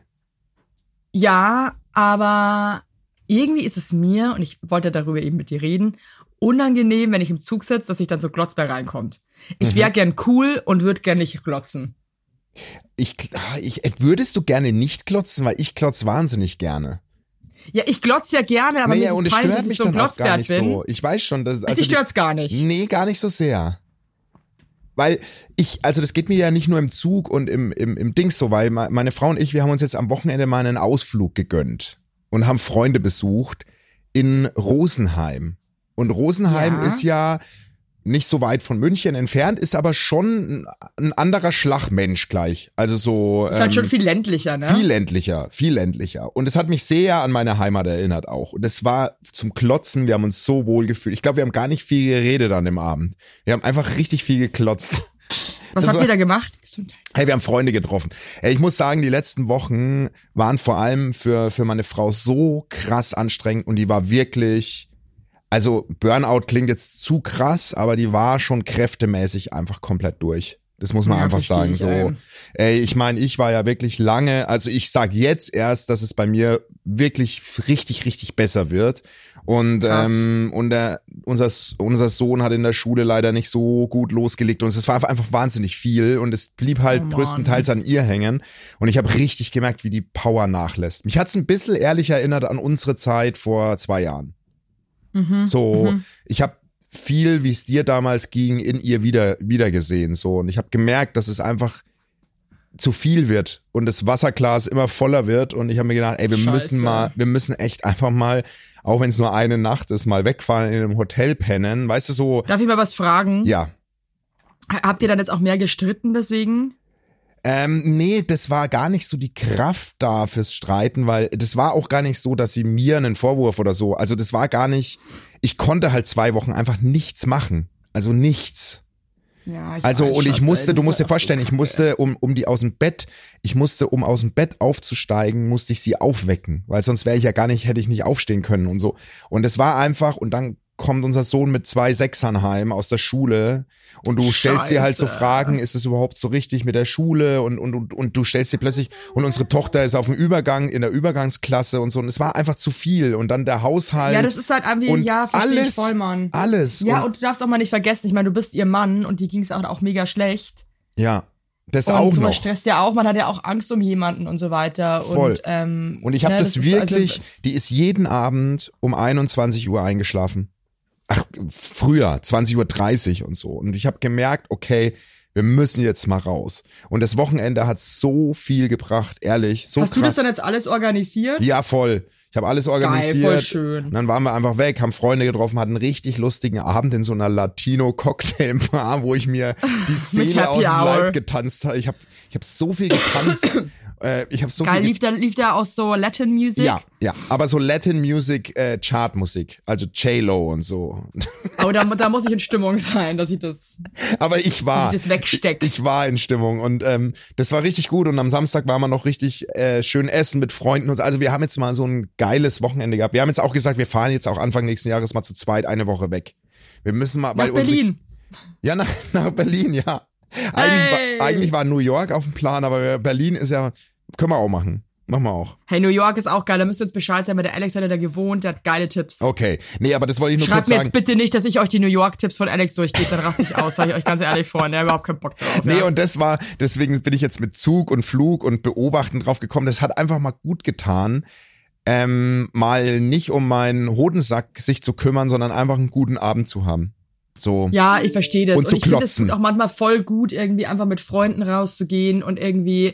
[SPEAKER 1] Ja, aber irgendwie ist es mir, und ich wollte darüber eben mit dir reden, unangenehm, wenn ich im Zug sitze, dass ich dann so glotzt, wer reinkommt.
[SPEAKER 2] Mhm.
[SPEAKER 1] Ich wäre gern cool und würde gern nicht glotzen.
[SPEAKER 2] Ich, ah, ich, würdest du gerne nicht klotzen, weil ich klotz wahnsinnig gerne.
[SPEAKER 1] Ja, ich glotze ja gerne, aber
[SPEAKER 2] naja,
[SPEAKER 1] mir
[SPEAKER 2] und
[SPEAKER 1] ist
[SPEAKER 2] es
[SPEAKER 1] es peinlich,
[SPEAKER 2] stört
[SPEAKER 1] dass ich
[SPEAKER 2] mich
[SPEAKER 1] so ein
[SPEAKER 2] dann auch gar
[SPEAKER 1] Glotzbert
[SPEAKER 2] nicht
[SPEAKER 1] bin.
[SPEAKER 2] so. Ich weiß schon, dass,
[SPEAKER 1] Also
[SPEAKER 2] also,
[SPEAKER 1] dich stört's gar nicht.
[SPEAKER 2] nee, gar nicht so sehr. Weil ich, also das geht mir ja nicht nur im Zug und im, im, im Dings so, weil me- meine Frau und ich, wir haben uns jetzt am Wochenende mal einen Ausflug gegönnt. und haben Freunde besucht in Rosenheim. Und Rosenheim
[SPEAKER 1] Ja.
[SPEAKER 2] ist ja nicht so weit von München entfernt, ist aber schon ein, ein anderer Schlagmensch gleich. Also so
[SPEAKER 1] Ist halt
[SPEAKER 2] ähm,
[SPEAKER 1] schon viel ländlicher, ne?
[SPEAKER 2] viel ländlicher, viel ländlicher. Und es hat mich sehr an meine Heimat erinnert auch. Und es war zum Klotzen, wir haben uns so wohl gefühlt. Ich glaube, wir haben gar nicht viel geredet an dem Abend. Wir haben einfach richtig viel geklotzt.
[SPEAKER 1] Was
[SPEAKER 2] das
[SPEAKER 1] habt
[SPEAKER 2] war-
[SPEAKER 1] ihr da gemacht? Gesundheit.
[SPEAKER 2] Hey, wir haben Freunde getroffen. Ey, ich muss sagen, die letzten Wochen waren vor allem für, für meine Frau so krass anstrengend und die war wirklich, also Burnout klingt jetzt zu krass, aber die war schon kräftemäßig einfach komplett durch. Das muss man
[SPEAKER 1] Ja,
[SPEAKER 2] einfach
[SPEAKER 1] verstehe
[SPEAKER 2] sagen.
[SPEAKER 1] ich,
[SPEAKER 2] so,
[SPEAKER 1] ähm.
[SPEAKER 2] ey, ich meine, ich war ja wirklich lange, also ich sag jetzt erst, dass es bei mir wirklich richtig, richtig besser wird. Und,
[SPEAKER 1] Krass.
[SPEAKER 2] ähm, und der, unser, S- unser Sohn hat in der Schule leider nicht so gut losgelegt und es war einfach- einfach wahnsinnig viel und es blieb halt
[SPEAKER 1] Oh Mann.
[SPEAKER 2] größtenteils an ihr hängen. Und ich habe richtig gemerkt, wie die Power nachlässt. Mich hat's ein bisschen ehrlich erinnert an unsere Zeit vor zwei Jahren.
[SPEAKER 1] Mhm.
[SPEAKER 2] So,
[SPEAKER 1] Mhm.
[SPEAKER 2] ich habe viel, wie es dir damals ging, in ihr wieder, wieder gesehen. So, und ich habe gemerkt, dass es einfach zu viel wird und das Wasserglas immer voller wird. Und ich habe mir gedacht, ey, wir
[SPEAKER 1] Scheiße.
[SPEAKER 2] müssen mal, wir müssen echt einfach mal, auch wenn es nur eine Nacht ist, mal wegfahren in einem Hotel pennen. Weißt du, so,
[SPEAKER 1] Darf ich mal was fragen?
[SPEAKER 2] ja.
[SPEAKER 1] Habt ihr dann jetzt auch mehr gestritten deswegen?
[SPEAKER 2] Ähm, nee, das war gar nicht so die Kraft da fürs Streiten, weil das war auch gar nicht so, dass sie mir einen Vorwurf oder so. Also das war gar nicht. Ich konnte halt zwei Wochen einfach nichts machen. Also nichts.
[SPEAKER 1] Ja, ich
[SPEAKER 2] Also
[SPEAKER 1] weiß,
[SPEAKER 2] und ich
[SPEAKER 1] Schatz,
[SPEAKER 2] musste,
[SPEAKER 1] ey,
[SPEAKER 2] du
[SPEAKER 1] das
[SPEAKER 2] musst dir
[SPEAKER 1] ist-
[SPEAKER 2] vorstellen, ich musste, um, um die aus dem Bett, ich musste, um aus dem Bett aufzusteigen, musste ich sie aufwecken, weil sonst wäre ich ja gar nicht, hätte ich nicht aufstehen können und so. Und es war einfach, und dann kommt unser Sohn mit zwei Sechsern heim aus der Schule und du stellst dir halt so
[SPEAKER 1] Scheiße.
[SPEAKER 2] Fragen, ist es überhaupt so richtig mit der Schule und, und, und, und du stellst dir plötzlich, und unsere Tochter ist auf dem Übergang, in der Übergangsklasse und so, und es war einfach zu viel und dann der Haushalt.
[SPEAKER 1] Ja, das ist halt irgendwie,
[SPEAKER 2] und
[SPEAKER 1] ja, verstehe ich
[SPEAKER 2] alles,
[SPEAKER 1] voll, Mann.
[SPEAKER 2] alles.
[SPEAKER 1] Ja, und du darfst auch mal nicht vergessen, ich meine, du bist ihr Mann und die ging es auch, auch mega schlecht.
[SPEAKER 2] ja, das
[SPEAKER 1] und
[SPEAKER 2] auch
[SPEAKER 1] sowas
[SPEAKER 2] noch.
[SPEAKER 1] stresst ja auch, man hat ja auch Angst um jemanden und so weiter.
[SPEAKER 2] Voll.
[SPEAKER 1] Und, ähm,
[SPEAKER 2] Und ich habe
[SPEAKER 1] ne,
[SPEAKER 2] das,
[SPEAKER 1] ist
[SPEAKER 2] wirklich,
[SPEAKER 1] Also,
[SPEAKER 2] die ist jeden Abend um 21 Uhr eingeschlafen. Ach, früher, 20.30 Uhr und so. Und ich habe gemerkt, okay, wir müssen jetzt mal raus. Und das Wochenende hat so viel gebracht, ehrlich, so
[SPEAKER 1] hast du das
[SPEAKER 2] krass.
[SPEAKER 1] dann jetzt alles organisiert?
[SPEAKER 2] ja, voll. Ich habe alles organisiert.
[SPEAKER 1] Geil, voll schön.
[SPEAKER 2] Und dann waren wir einfach weg, haben Freunde getroffen, hatten einen richtig lustigen Abend in so einer Latino-Cocktail-Bar, wo ich mir die Seele
[SPEAKER 1] Happy
[SPEAKER 2] aus dem
[SPEAKER 1] Hour.
[SPEAKER 2] Leib getanzt habe. Ich habe ich hab so viel getanzt. äh, ich habe so
[SPEAKER 1] Geil,
[SPEAKER 2] viel
[SPEAKER 1] lief da, lief da auch so Latin Music?
[SPEAKER 2] ja, ja, aber so Latin Music, äh, Chartmusik, also J-Lo und so.
[SPEAKER 1] Oh, da, mu- da muss ich in Stimmung sein, dass ich das,
[SPEAKER 2] aber ich war,
[SPEAKER 1] dass ich das wegstecke.
[SPEAKER 2] Ah, ich war in Stimmung und ähm, das war richtig gut und am Samstag waren wir noch richtig äh, schön essen mit Freunden und so. also wir haben jetzt mal so ein geiles Wochenende gehabt. Wir haben jetzt auch gesagt, wir fahren jetzt auch Anfang nächsten Jahres mal zu zweit eine Woche weg. Wir müssen mal
[SPEAKER 1] Nach
[SPEAKER 2] weil unsere-
[SPEAKER 1] Berlin.
[SPEAKER 2] Ja, nach, nach Berlin, ja. Eigentlich,
[SPEAKER 1] Hey.
[SPEAKER 2] war, eigentlich war New York auf dem Plan, aber Berlin ist ja können wir auch machen. Machen wir auch.
[SPEAKER 1] Hey, New York ist auch geil, da müsst ihr jetzt Bescheid sein, weil der Alex hat ja da gewohnt, der hat geile Tipps.
[SPEAKER 2] Okay. Nee, aber das wollte ich nur
[SPEAKER 1] Schreibt
[SPEAKER 2] kurz
[SPEAKER 1] mir
[SPEAKER 2] sagen.
[SPEAKER 1] jetzt bitte nicht, dass ich euch die New York-Tipps von Alex durchgehe, dann raste ich aus, sag ich euch ganz ehrlich vor, ne, überhaupt keinen Bock drauf.
[SPEAKER 2] Nee,
[SPEAKER 1] ja.
[SPEAKER 2] und das war, deswegen bin ich jetzt mit Zug und Flug und Beobachten drauf gekommen. Das hat einfach mal gut getan, ähm, mal nicht um meinen Hodensack sich zu kümmern, sondern einfach einen guten Abend zu haben. So.
[SPEAKER 1] Ja, ich verstehe das.
[SPEAKER 2] Und zu
[SPEAKER 1] ich finde, es
[SPEAKER 2] klotzen.
[SPEAKER 1] tut auch manchmal voll gut, irgendwie einfach mit Freunden rauszugehen und irgendwie.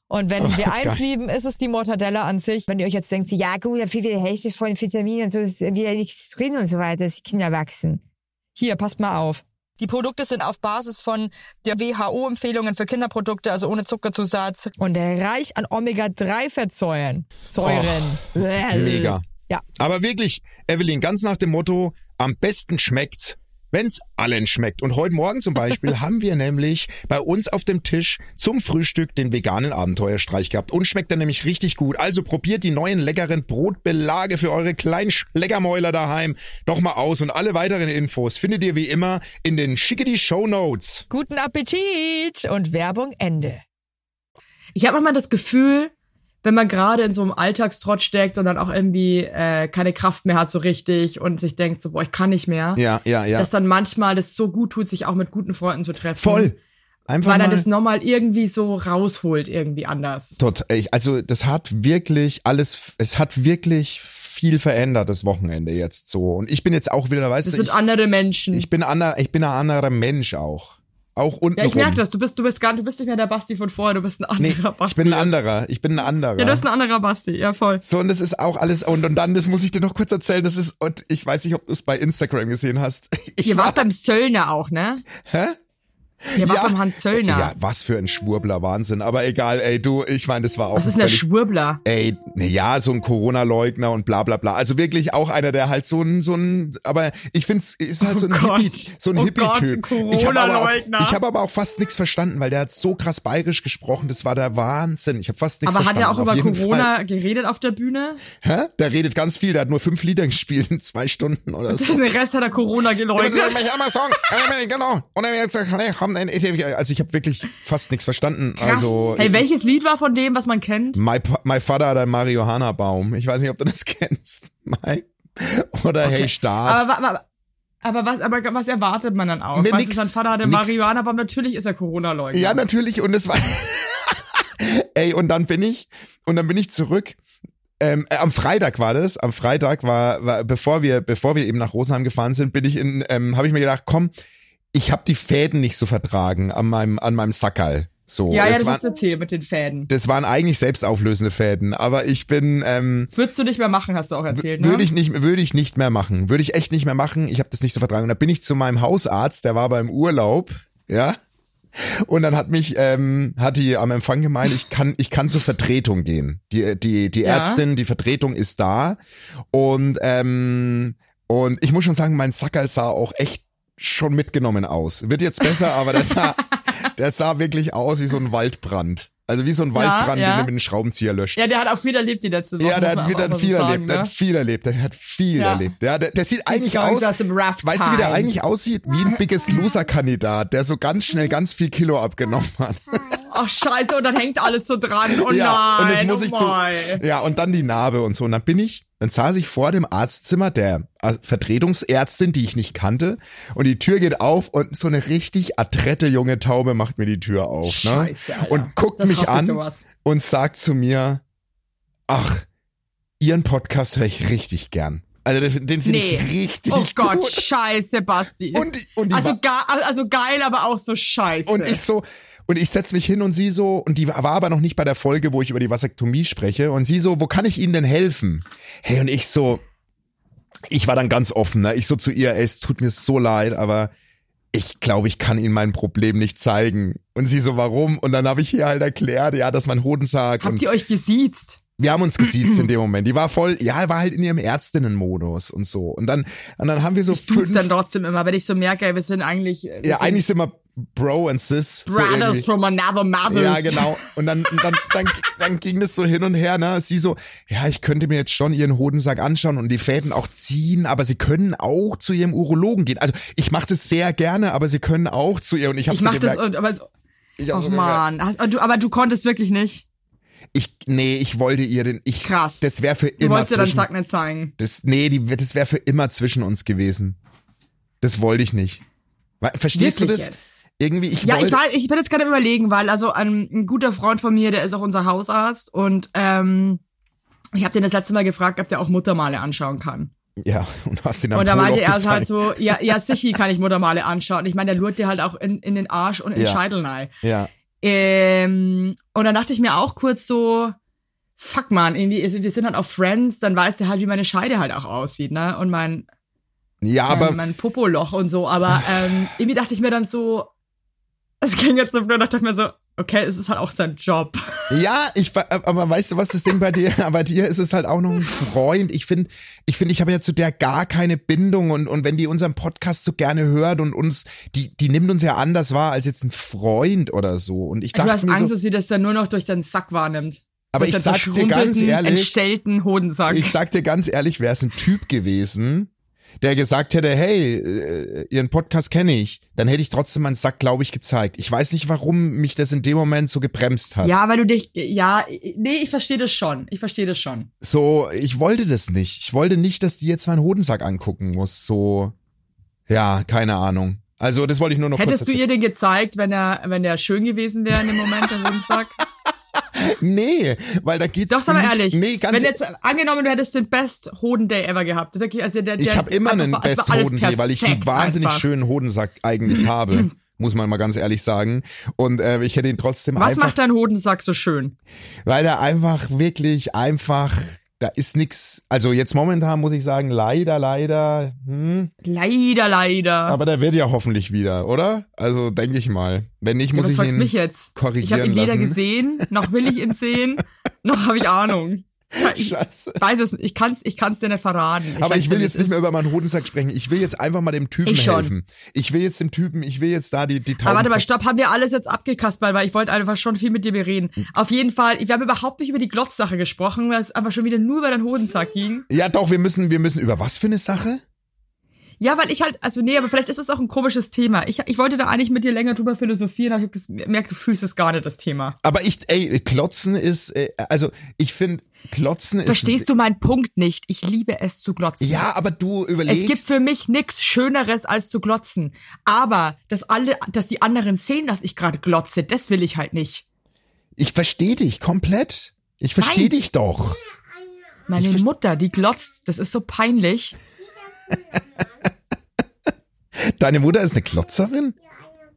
[SPEAKER 4] Und wenn wir eins
[SPEAKER 2] geil.
[SPEAKER 4] lieben, ist es die Mortadella an sich. Wenn ihr euch jetzt denkt, so, ja gut, viel die Hälfte von Vitaminen und so ist wieder nichts drin und so weiter, dass die Kinder wachsen. Hier, passt mal auf. Die Produkte sind auf Basis von der WHO-Empfehlungen für Kinderprodukte, also ohne Zuckerzusatz. Und reich an Omega-3-Fettsäuren. Säuren. Bäh.
[SPEAKER 2] Mega.
[SPEAKER 4] Ja.
[SPEAKER 2] Aber wirklich, Evelyn, ganz nach dem Motto, am besten schmeckt's, wenn's allen schmeckt. Und heute Morgen zum Beispiel haben wir nämlich bei uns auf dem Tisch zum Frühstück den veganen Abenteuerstreich gehabt. Und schmeckt er nämlich richtig gut. Also probiert die neuen leckeren Brotbelage für eure kleinen Schleckermäuler daheim doch mal aus. Und alle weiteren Infos findet ihr wie immer in den Schickety Show Notes.
[SPEAKER 4] Guten Appetit und Werbung Ende.
[SPEAKER 1] Ich habe manchmal das Gefühl,
[SPEAKER 5] wenn man gerade in so einem Alltagstrott steckt und dann auch irgendwie äh, keine Kraft mehr hat so richtig und sich denkt so, boah, ich kann nicht mehr,
[SPEAKER 2] Ja, ja, ja.
[SPEAKER 5] dass dann manchmal das so gut tut, sich auch mit guten Freunden zu treffen.
[SPEAKER 2] Voll. Einfach
[SPEAKER 5] Weil er
[SPEAKER 2] mal.
[SPEAKER 5] das nochmal irgendwie so rausholt, irgendwie anders.
[SPEAKER 2] Tot, ich, also das hat wirklich alles, es hat wirklich viel verändert das Wochenende jetzt so. Und ich bin jetzt auch wieder,
[SPEAKER 5] Das
[SPEAKER 2] weißt du,
[SPEAKER 5] sind
[SPEAKER 2] ich,
[SPEAKER 5] andere Menschen.
[SPEAKER 2] ich bin ander, ich bin ein anderer Mensch auch. Auch unten.
[SPEAKER 5] ja, ich merke das. Du bist, du bist gar du bist nicht mehr der Basti von vorher, du bist ein
[SPEAKER 2] Nee,
[SPEAKER 5] anderer
[SPEAKER 2] ich
[SPEAKER 5] Basti.
[SPEAKER 2] bin ein anderer. Ich bin ein anderer.
[SPEAKER 5] ja, du bist ein anderer Basti. Ja, voll.
[SPEAKER 2] so, und das ist auch alles, und, und dann, das muss ich dir noch kurz erzählen, das ist, und ich weiß nicht, ob du es bei Instagram gesehen hast. Ich
[SPEAKER 5] Ihr wart beim Söllner auch, ne?
[SPEAKER 2] hä?
[SPEAKER 5] Ihr wart beim Hans Söllner.
[SPEAKER 2] Ja, was für ein Schwurbler Wahnsinn. Aber egal, ey, du, ich meine, das war auch.
[SPEAKER 5] Was ist denn der
[SPEAKER 2] völlig-
[SPEAKER 5] Schwurbler?
[SPEAKER 2] Ey, na ja, so ein Corona-Leugner und bla bla bla. Also wirklich auch einer, der halt so ein, so ein, aber ich find's, ist halt so ein
[SPEAKER 5] Oh Gott.
[SPEAKER 2] Hippie, so ein
[SPEAKER 5] Oh
[SPEAKER 2] Hippie-Typ.
[SPEAKER 5] Gott, ein
[SPEAKER 2] Ich hab aber auch-
[SPEAKER 5] Corona-Leugner.
[SPEAKER 2] Ich habe aber auch fast nichts verstanden, weil der hat so krass bayerisch gesprochen, das war der Wahnsinn. Ich habe fast nichts
[SPEAKER 5] Aber hat
[SPEAKER 2] verstanden.
[SPEAKER 5] er auch
[SPEAKER 2] auf
[SPEAKER 5] über
[SPEAKER 2] jeden
[SPEAKER 5] Corona geredet auf der Bühne?
[SPEAKER 2] Fall. Hä? Der redet ganz viel, der hat nur fünf Lieder gespielt in zwei Stunden oder so.
[SPEAKER 5] Den Rest hat er Corona geleugnet.
[SPEAKER 2] genau. Und dann jetzt haben ein- also ich habe wirklich fast nichts verstanden.
[SPEAKER 5] Krass.
[SPEAKER 2] Also
[SPEAKER 5] hey, welches Lied war von dem, was man kennt?
[SPEAKER 2] My, Pa- my Vater hat einen Marihuana-Baum. Ich weiß nicht, ob du das kennst. My, oder Hey Staat.
[SPEAKER 5] Aber, wa- wa- aber, was, aber was erwartet man dann auch?
[SPEAKER 2] Nee,
[SPEAKER 5] Nee, weißt
[SPEAKER 2] nix.
[SPEAKER 5] du, sein Vater hatte
[SPEAKER 2] Nix.
[SPEAKER 5] Marihuana, aber natürlich ist er Corona-Leugner.
[SPEAKER 2] ja, natürlich. Und es war. Ey, und dann bin ich, und dann bin ich zurück. Ähm, äh, am Freitag war das. Am Freitag war, war bevor wir, bevor wir eben nach Rosenheim gefahren sind, bin ich in, ähm, habe ich mir gedacht, komm, ich habe die Fäden nicht so vertragen an meinem, an meinem Sackerl. So,
[SPEAKER 5] ja,
[SPEAKER 2] das,
[SPEAKER 5] ja, das ist
[SPEAKER 2] waren,
[SPEAKER 5] das Ziel mit den Fäden.
[SPEAKER 2] das waren eigentlich selbstauflösende Fäden, aber ich bin, ähm,
[SPEAKER 5] Würdest du nicht mehr machen, hast du auch erzählt, ne?
[SPEAKER 2] Würde ich nicht, würde ich nicht mehr machen. Würde ich echt nicht mehr machen. Ich habe das nicht so vertragen. Und da bin ich zu meinem Hausarzt, der war beim Urlaub, ja. Und dann hat mich, ähm, hat die am Empfang gemeint, ich kann, ich kann zur Vertretung gehen. Die, die, die
[SPEAKER 5] Ja.
[SPEAKER 2] Ärztin, die Vertretung ist da. Und, ähm, und ich muss schon sagen, mein Sackerl sah auch echt schon mitgenommen aus. Wird jetzt besser, aber der sah, der sah wirklich aus wie so ein Waldbrand. Also wie so ein Waldbrand,
[SPEAKER 5] ja.
[SPEAKER 2] den du mit einem Schraubenzieher löscht.
[SPEAKER 5] ja, der hat auch viel erlebt die letzte Woche.
[SPEAKER 2] Ja, der
[SPEAKER 5] muss
[SPEAKER 2] hat,
[SPEAKER 5] man
[SPEAKER 2] der
[SPEAKER 5] auch mal
[SPEAKER 2] hat
[SPEAKER 5] so
[SPEAKER 2] viel
[SPEAKER 5] sagen,
[SPEAKER 2] erlebt, der
[SPEAKER 5] ne?
[SPEAKER 2] hat viel erlebt, der hat viel
[SPEAKER 5] Ja.
[SPEAKER 2] erlebt. Ja, der, der sieht eigentlich
[SPEAKER 5] Songs
[SPEAKER 2] aus,
[SPEAKER 5] aus dem Raft
[SPEAKER 2] weißt du, wie der
[SPEAKER 5] Time.
[SPEAKER 2] eigentlich aussieht? Wie ein Biggest Loser Kandidat, der so ganz schnell ganz viel Kilo abgenommen hat.
[SPEAKER 5] ne? Ach, scheiße, und dann hängt alles so dran. Oh
[SPEAKER 2] ja,
[SPEAKER 5] nein,
[SPEAKER 2] und das muss
[SPEAKER 5] oh
[SPEAKER 2] ich
[SPEAKER 5] mein.
[SPEAKER 2] zu, ja, und dann die Narbe und so. Und dann bin ich, dann saß ich vor dem Arztzimmer der äh, Vertretungsärztin, die ich nicht kannte. Und die Tür geht auf und so eine richtig adrette junge Taube macht mir die Tür auf,
[SPEAKER 5] Scheiße,
[SPEAKER 2] ne?
[SPEAKER 5] Alter.
[SPEAKER 2] Und guckt
[SPEAKER 5] Das
[SPEAKER 2] mich
[SPEAKER 5] hasse ich
[SPEAKER 2] an
[SPEAKER 5] sowas.
[SPEAKER 2] und sagt zu mir, ach, ihren Podcast höre ich richtig gern. Also das, den finde
[SPEAKER 5] Nee.
[SPEAKER 2] ich richtig
[SPEAKER 5] Oh Gott,
[SPEAKER 2] gut.
[SPEAKER 5] scheiße, Basti.
[SPEAKER 2] Und, die- und, die
[SPEAKER 5] also,
[SPEAKER 2] war-
[SPEAKER 5] ga, also geil, aber auch so scheiße.
[SPEAKER 2] und ich so, und ich setz mich hin und sie so, und die war aber noch nicht bei der Folge, wo ich über die Vasektomie spreche, und sie so, wo kann ich Ihnen denn helfen? Hey, und ich so, ich war dann ganz offen, ne? ich so zu ihr, ey, es tut mir so leid, aber ich glaube, ich kann Ihnen mein Problem nicht zeigen. Und sie so, warum? Und dann habe ich ihr halt erklärt, ja, dass mein Hodensack und
[SPEAKER 5] Habt ihr euch gesiezt?
[SPEAKER 2] wir haben uns gesiezt in dem Moment. Die war voll, ja, war halt in ihrem Ärztinnenmodus und so. Und dann, und dann haben wir so
[SPEAKER 5] tut's
[SPEAKER 2] fünf.
[SPEAKER 5] dann trotzdem immer, wenn ich so merke, ey, wir sind eigentlich, äh, wir
[SPEAKER 2] ja,
[SPEAKER 5] sind
[SPEAKER 2] eigentlich sind wir Bro and Sis. so
[SPEAKER 5] Brothers
[SPEAKER 2] irgendwie.
[SPEAKER 5] from another mother.
[SPEAKER 2] Ja, genau. Und dann, und dann, dann, dann ging das so hin und her, ne? Sie so, ja, ich könnte mir jetzt schon ihren Hodensack anschauen und die Fäden auch ziehen, aber sie können auch zu ihrem Urologen gehen. Also ich mache das sehr gerne, aber sie können auch zu ihr. Und ich habe
[SPEAKER 5] Ich
[SPEAKER 2] so
[SPEAKER 5] mach das,
[SPEAKER 2] gemerkt,
[SPEAKER 5] und, aber, so-
[SPEAKER 2] ich hab
[SPEAKER 5] ach
[SPEAKER 2] so gemerkt,
[SPEAKER 5] man, Hast- und du, aber du konntest wirklich nicht.
[SPEAKER 2] Ich, nee, ich wollte ihr den, ich,
[SPEAKER 5] Krass.
[SPEAKER 2] das wäre für
[SPEAKER 5] Du
[SPEAKER 2] immer
[SPEAKER 5] wolltest dir deinen
[SPEAKER 2] zwischen
[SPEAKER 5] Sack nicht zeigen.
[SPEAKER 2] Das, nee, die, das wäre für immer zwischen uns gewesen. Das wollte ich nicht. We- Verstehst du
[SPEAKER 5] Wirklich
[SPEAKER 2] das?
[SPEAKER 5] jetzt?
[SPEAKER 2] Irgendwie, ich
[SPEAKER 5] Ja,
[SPEAKER 2] wollte,
[SPEAKER 5] ich weiß, ich bin jetzt gerade am überlegen, weil also ein, ein guter Freund von mir, der ist auch unser Hausarzt und ähm, ich habe den das letzte Mal gefragt, ob der auch Muttermale anschauen kann.
[SPEAKER 2] Ja, und hast ihn am
[SPEAKER 5] Und da
[SPEAKER 2] Pol
[SPEAKER 5] meinte er
[SPEAKER 2] aufgezeigt.
[SPEAKER 5] so halt so, ja, ja, sicher kann ich Muttermale anschauen. Ich meine, der lurrt dir halt auch in, in den Arsch und in den
[SPEAKER 2] Ja.
[SPEAKER 5] Scheitel rein.
[SPEAKER 2] Ja,
[SPEAKER 5] Ähm, und dann dachte ich mir auch kurz so, fuck man, irgendwie, ist- wir sind halt auch Friends, dann weiß der halt, wie meine Scheide halt auch aussieht, ne? Und mein,
[SPEAKER 2] ja
[SPEAKER 5] mein,
[SPEAKER 2] aber
[SPEAKER 5] mein Popoloch und so. Aber ähm, irgendwie dachte ich mir dann so, es ging jetzt so blöd, dachte ich mir so, okay, es ist halt auch sein Job.
[SPEAKER 2] ja, ich wa- aber weißt du was das Ding bei dir? Bei dir ist es halt auch noch ein Freund. Ich finde, ich finde, ich habe ja zu der gar keine Bindung und und wenn die unseren Podcast so gerne hört und uns, die die nimmt uns ja anders wahr als jetzt ein Freund oder so. Und ich
[SPEAKER 5] Du
[SPEAKER 2] dachte
[SPEAKER 5] hast
[SPEAKER 2] mir
[SPEAKER 5] Angst,
[SPEAKER 2] so,
[SPEAKER 5] dass sie das dann nur noch durch deinen Sack wahrnimmt.
[SPEAKER 2] aber ich
[SPEAKER 5] durch deinen
[SPEAKER 2] sag's dir ganz
[SPEAKER 5] verschrumpelten,
[SPEAKER 2] ehrlich,
[SPEAKER 5] entstellten Hodensack.
[SPEAKER 2] Ich sag dir ganz ehrlich, wäre es ein Typ gewesen, der gesagt hätte, hey, äh, ihren Podcast kenne ich, dann hätte ich trotzdem meinen Sack, glaube ich, gezeigt. Ich weiß nicht, warum mich das in dem Moment so gebremst hat.
[SPEAKER 5] Ja, weil du dich, ja, nee, ich verstehe das schon. Ich verstehe das schon.
[SPEAKER 2] So, ich wollte das nicht. Ich wollte nicht, dass die jetzt meinen Hodensack angucken muss. So, ja, keine Ahnung. Also, das wollte ich nur noch
[SPEAKER 5] Hättest
[SPEAKER 2] kurz
[SPEAKER 5] du ihr den gezeigt, wenn er, wenn der schön gewesen wäre in dem Moment, der Windsack?
[SPEAKER 2] Nee, weil da geht's
[SPEAKER 5] Doch, sag mal
[SPEAKER 2] nicht-
[SPEAKER 5] ehrlich.
[SPEAKER 2] Nee, ganz e-
[SPEAKER 5] wenn jetzt, angenommen, du hättest den Best Hoden-Day ever gehabt. Wirklich, also der, der,
[SPEAKER 2] Ich habe immer
[SPEAKER 5] einfach
[SPEAKER 2] einen
[SPEAKER 5] war- es war alles
[SPEAKER 2] Besthodendreh, weil ich einen
[SPEAKER 5] perfekt
[SPEAKER 2] wahnsinnig
[SPEAKER 5] einfach.
[SPEAKER 2] schönen Hodensack eigentlich habe, muss man mal ganz ehrlich sagen. Und äh, ich hätte ihn trotzdem
[SPEAKER 5] Was
[SPEAKER 2] einfach,
[SPEAKER 5] macht dein Hodensack so schön?
[SPEAKER 2] weil er einfach wirklich einfach, da ist nix. Also jetzt momentan muss ich sagen, leider, leider. Hm,
[SPEAKER 5] Leider, leider.
[SPEAKER 2] aber der wird ja hoffentlich wieder, oder? Also denke ich mal. Wenn nicht, muss
[SPEAKER 5] ja, was
[SPEAKER 2] ich
[SPEAKER 5] fragst
[SPEAKER 2] ihn.
[SPEAKER 5] mich jetzt? Ich habe
[SPEAKER 2] korrigieren
[SPEAKER 5] ihn weder
[SPEAKER 2] lassen.
[SPEAKER 5] gesehen, noch will ich ihn sehen, noch habe ich Ahnung. Ich
[SPEAKER 2] Scheiße.
[SPEAKER 5] weiß es nicht. Ich kann's, ich kann's dir nicht verraten.
[SPEAKER 2] Aber
[SPEAKER 5] sag's
[SPEAKER 2] ich will
[SPEAKER 5] dir,
[SPEAKER 2] jetzt
[SPEAKER 5] wie es
[SPEAKER 2] nicht mehr
[SPEAKER 5] ist.
[SPEAKER 2] über meinen Hodensack sprechen. Ich will jetzt einfach mal dem Typen
[SPEAKER 5] Ich schon.
[SPEAKER 2] helfen. Ich will jetzt dem Typen, ich will jetzt da die die
[SPEAKER 5] Aber
[SPEAKER 2] Tauben-
[SPEAKER 5] warte mal, stopp, haben wir alles jetzt abgekaspert, weil ich wollte einfach schon viel mit dir bereden. Auf jeden Fall, wir haben überhaupt nicht über die Glotzsache gesprochen, weil es einfach schon wieder nur über deinen Hodensack ging.
[SPEAKER 2] Ja, doch, wir müssen, wir müssen über was für eine Sache?
[SPEAKER 5] Ja, weil ich halt, also nee, aber vielleicht ist es auch ein komisches Thema. Ich, ich wollte da eigentlich mit dir länger drüber philosophieren, aber ich habe gemerkt, du fühlst es gar nicht, das Thema.
[SPEAKER 2] Aber ich, ey, Klotzen ist, äh, also ich finde, Klotzen ist.
[SPEAKER 5] Verstehst du meinen Punkt nicht? Ich liebe es zu glotzen.
[SPEAKER 2] Ja, aber du
[SPEAKER 5] Es gibt
[SPEAKER 2] überlegst.
[SPEAKER 5] für mich nix Schöneres als zu glotzen. Aber dass alle, dass die anderen sehen, dass ich gerade glotze, das will ich halt nicht.
[SPEAKER 2] Ich verstehe dich komplett. Ich verstehe
[SPEAKER 5] Nein.
[SPEAKER 2] dich doch.
[SPEAKER 5] Meine Mutter, die glotzt, das ist so peinlich.
[SPEAKER 2] Deine Mutter ist eine Klotzerin?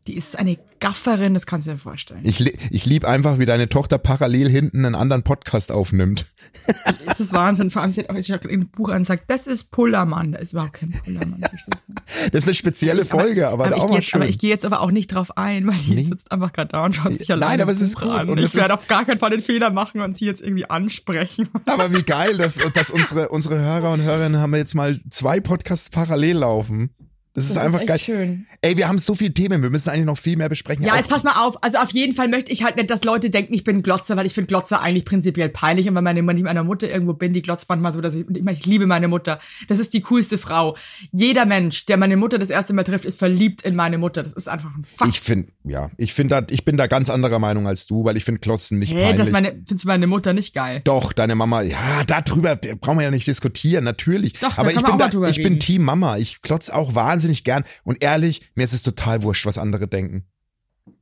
[SPEAKER 5] Die ist eine Gafferin, das kannst du dir vorstellen.
[SPEAKER 2] Ich, li- ich lieb einfach, wie deine Tochter parallel hinten einen anderen Podcast aufnimmt.
[SPEAKER 5] Das ist Wahnsinn. Vor allem, sie hat auch ich hab ein Buch an und sagt, das ist Pullermann. Da ist überhaupt kein Pullermann. verstehst du?
[SPEAKER 2] Das ist eine spezielle Folge, aber, auch
[SPEAKER 5] aber, ich
[SPEAKER 2] mal
[SPEAKER 5] gehe jetzt,
[SPEAKER 2] schön.
[SPEAKER 5] aber ich gehe jetzt aber auch nicht drauf ein, weil die
[SPEAKER 2] Nee.
[SPEAKER 5] sitzt einfach gerade da und schaut sich
[SPEAKER 2] Nein,
[SPEAKER 5] alleine
[SPEAKER 2] aber es
[SPEAKER 5] ein
[SPEAKER 2] ist
[SPEAKER 5] Buch
[SPEAKER 2] gut
[SPEAKER 5] an.
[SPEAKER 2] und
[SPEAKER 5] Und,
[SPEAKER 2] es
[SPEAKER 5] ich werde
[SPEAKER 2] ist-
[SPEAKER 5] auf gar keinen Fall den Fehler machen und sie jetzt irgendwie ansprechen.
[SPEAKER 2] aber wie geil, dass, dass unsere, unsere Hörer und Hörerinnen haben jetzt mal zwei Podcasts parallel laufen. Das ist einfach
[SPEAKER 5] echt
[SPEAKER 2] geil.
[SPEAKER 5] schön.
[SPEAKER 2] Ey, wir haben so viele Themen, wir müssen eigentlich noch viel mehr besprechen.
[SPEAKER 5] Ja,
[SPEAKER 2] Auch-
[SPEAKER 5] jetzt pass mal auf. Also auf jeden Fall möchte ich halt nicht, dass Leute denken, ich bin Glotzer, weil ich finde Glotzer eigentlich prinzipiell peinlich. Und wenn meine- wenn ich mit meiner Mutter irgendwo bin, die glotzt manchmal so, dass ich, und ich, meine, ich liebe meine Mutter. Das ist die coolste Frau. Jeder Mensch, der meine Mutter das erste Mal trifft, ist verliebt in meine Mutter. Das ist einfach ein Fakt.
[SPEAKER 2] Ich finde, ja, ich finde da, ich bin da ganz anderer Meinung als du, weil ich finde Klotzen nicht
[SPEAKER 5] Hä,
[SPEAKER 2] peinlich.
[SPEAKER 5] das meine, findest du meine Mutter nicht geil?
[SPEAKER 2] Doch, deine Mama, ja, darüber brauchen wir ja nicht diskutieren, natürlich.
[SPEAKER 5] Doch, da
[SPEAKER 2] Aber
[SPEAKER 5] kann
[SPEAKER 2] ich
[SPEAKER 5] man
[SPEAKER 2] bin
[SPEAKER 5] auch mal drüber
[SPEAKER 2] ich bin
[SPEAKER 5] reden.
[SPEAKER 2] Team Mama. Ich klotz auch wahnsinnig gern. Und ehrlich, mir ist es total wurscht, was andere denken.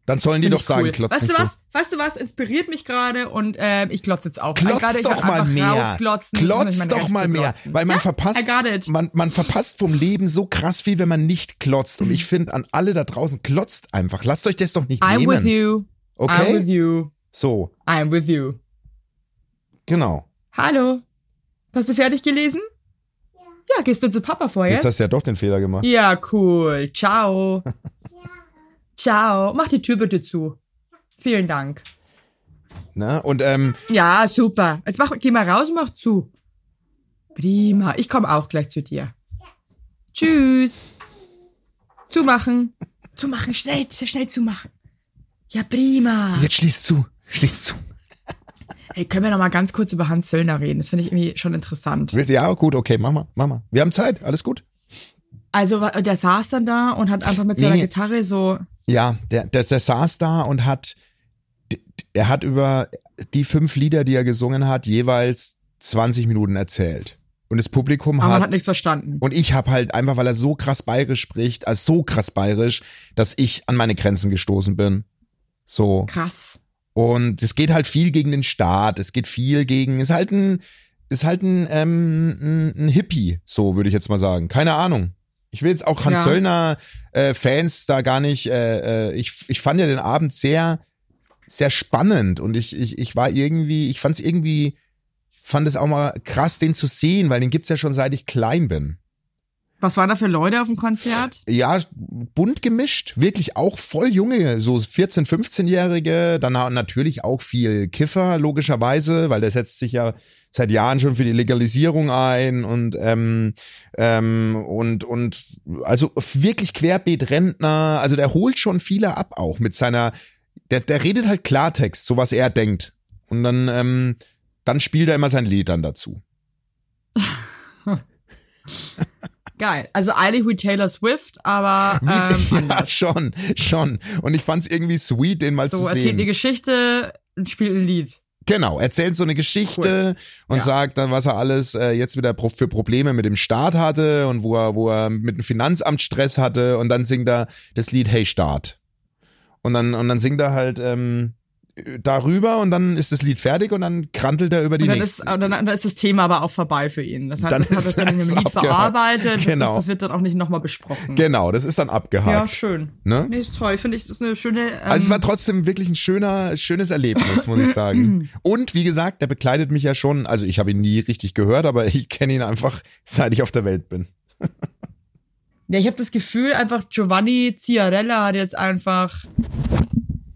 [SPEAKER 2] Dann sollen die
[SPEAKER 5] Find
[SPEAKER 2] doch
[SPEAKER 5] ich
[SPEAKER 2] sagen,
[SPEAKER 5] cool.
[SPEAKER 2] klotz
[SPEAKER 5] Weißt
[SPEAKER 2] nicht
[SPEAKER 5] du was?
[SPEAKER 2] so.
[SPEAKER 5] Weißt du was? Inspiriert mich gerade und ähm, ich glotze jetzt auch.
[SPEAKER 2] Klotz
[SPEAKER 5] gerade, ich will
[SPEAKER 2] doch mal
[SPEAKER 5] einfach
[SPEAKER 2] mehr.
[SPEAKER 5] Rausglotzen. Das ist
[SPEAKER 2] Klotz
[SPEAKER 5] nicht mein
[SPEAKER 2] doch
[SPEAKER 5] Recht
[SPEAKER 2] mal
[SPEAKER 5] zu
[SPEAKER 2] mehr.
[SPEAKER 5] glotzen.
[SPEAKER 2] Weil man
[SPEAKER 5] ja?
[SPEAKER 2] verpasst,
[SPEAKER 5] I got it.
[SPEAKER 2] man, man verpasst vom Leben so krass viel, wenn man nicht klotzt. Und ich finde an alle da draußen, klotzt einfach. Lasst euch das doch nicht
[SPEAKER 5] Mhm. I'm
[SPEAKER 2] nehmen.
[SPEAKER 5] with you. I'm
[SPEAKER 2] Okay?
[SPEAKER 5] with you.
[SPEAKER 2] So,
[SPEAKER 5] I'm with you.
[SPEAKER 2] genau.
[SPEAKER 5] Hallo. Hast du fertig gelesen? Ja. Ja, gehst du zu Papa vor
[SPEAKER 2] Jetzt
[SPEAKER 5] jetzt?
[SPEAKER 2] hast du ja doch den Fehler gemacht.
[SPEAKER 5] Ja, cool. Ciao. Ciao. Mach die Tür bitte zu. Vielen Dank.
[SPEAKER 2] Ne? Und ähm,
[SPEAKER 5] Ja, super. Jetzt mach, geh mal raus und mach zu. Prima. Ich komme auch gleich zu dir. Tschüss. Zumachen. Zumachen. Schnell, schnell zumachen. Ja, prima.
[SPEAKER 2] jetzt schließ zu, schließ zu.
[SPEAKER 5] Hey, können wir noch mal ganz kurz über Hans Söllner reden? Das finde ich irgendwie schon interessant.
[SPEAKER 2] Willst- Ja, gut, okay, mach mal, mach mal. Wir haben Zeit, alles gut.
[SPEAKER 5] Also, wa- der saß dann da und hat einfach mit seiner
[SPEAKER 2] Nee.
[SPEAKER 5] Gitarre so
[SPEAKER 2] Ja, der, der, der saß da und hat, d- d- er hat über die fünf Lieder, die er gesungen hat, jeweils 20 Minuten erzählt. Und das Publikum
[SPEAKER 5] Aber
[SPEAKER 2] hat,
[SPEAKER 5] man hat nichts verstanden.
[SPEAKER 2] und ich habe halt einfach, weil er so krass bayerisch spricht, also so krass bayerisch, dass ich an meine Grenzen gestoßen bin. So.
[SPEAKER 5] Krass.
[SPEAKER 2] Und es geht halt viel gegen den Staat, es geht viel gegen, ist halt ein, ist halt ein, ähm, ein, ein Hippie, so würde ich jetzt mal sagen. Keine Ahnung. Ich will jetzt auch Hans
[SPEAKER 5] Ja.
[SPEAKER 2] Söllner äh, Fans da gar nicht, äh, äh, ich, ich fand ja den Abend sehr, sehr spannend und ich, ich, ich war irgendwie, ich fand es irgendwie, fand es auch mal krass, den zu sehen, weil den gibt's ja schon seit ich klein bin.
[SPEAKER 5] Was waren da für Leute auf dem Konzert?
[SPEAKER 2] Ja, bunt gemischt, wirklich auch voll junge, so 14, 15-Jährige, dann na- natürlich auch viel Kiffer, logischerweise, weil der setzt sich ja seit Jahren schon für die Legalisierung ein und ähm, ähm, und und also wirklich querbeet Rentner, also der holt schon viele ab auch mit seiner, der, der redet halt Klartext, so was er denkt. Und dann, ähm, dann spielt er immer sein Lied dann dazu.
[SPEAKER 5] Geil. Also eigentlich wie Taylor Swift, aber ähm,
[SPEAKER 2] ja, schon, schon. Und ich fand es irgendwie sweet, den mal
[SPEAKER 5] so
[SPEAKER 2] zu
[SPEAKER 5] erzählt eine
[SPEAKER 2] sehen.
[SPEAKER 5] Geschichte und spielt ein Lied.
[SPEAKER 2] Genau, erzählt so eine Geschichte und
[SPEAKER 5] Ja.
[SPEAKER 2] sagt dann, was er alles äh, jetzt wieder pro- für Probleme mit dem Staat hatte und wo er, wo er mit dem Finanzamt Stress hatte und dann singt er das Lied Hey Staat. Und dann, und dann singt er halt ähm, darüber und dann ist das Lied fertig und dann krantelt er über die
[SPEAKER 5] Und dann
[SPEAKER 2] nächste.
[SPEAKER 5] ist, und dann, dann ist das Thema aber auch vorbei für ihn. Das heißt,
[SPEAKER 2] Dann
[SPEAKER 5] das hat
[SPEAKER 2] ist
[SPEAKER 5] er dann in
[SPEAKER 2] das
[SPEAKER 5] einem Lied
[SPEAKER 2] abgehakt.
[SPEAKER 5] verarbeitet. Das,
[SPEAKER 2] Genau.
[SPEAKER 5] ist, das wird dann auch nicht nochmal besprochen.
[SPEAKER 2] Genau, das ist dann
[SPEAKER 5] Ja,
[SPEAKER 2] abgehakt.
[SPEAKER 5] schön.
[SPEAKER 2] Ne?
[SPEAKER 5] Nee, ist toll. Finde ich, das ist eine schöne. Ähm,
[SPEAKER 2] also es war trotzdem wirklich ein schöner, schönes Erlebnis, muss ich sagen. Und wie gesagt, er bekleidet mich ja schon, also ich habe ihn nie richtig gehört, aber ich kenne ihn einfach, seit ich auf der Welt bin.
[SPEAKER 5] ja, ich habe das Gefühl, einfach Giovanni Ciarella hat jetzt einfach.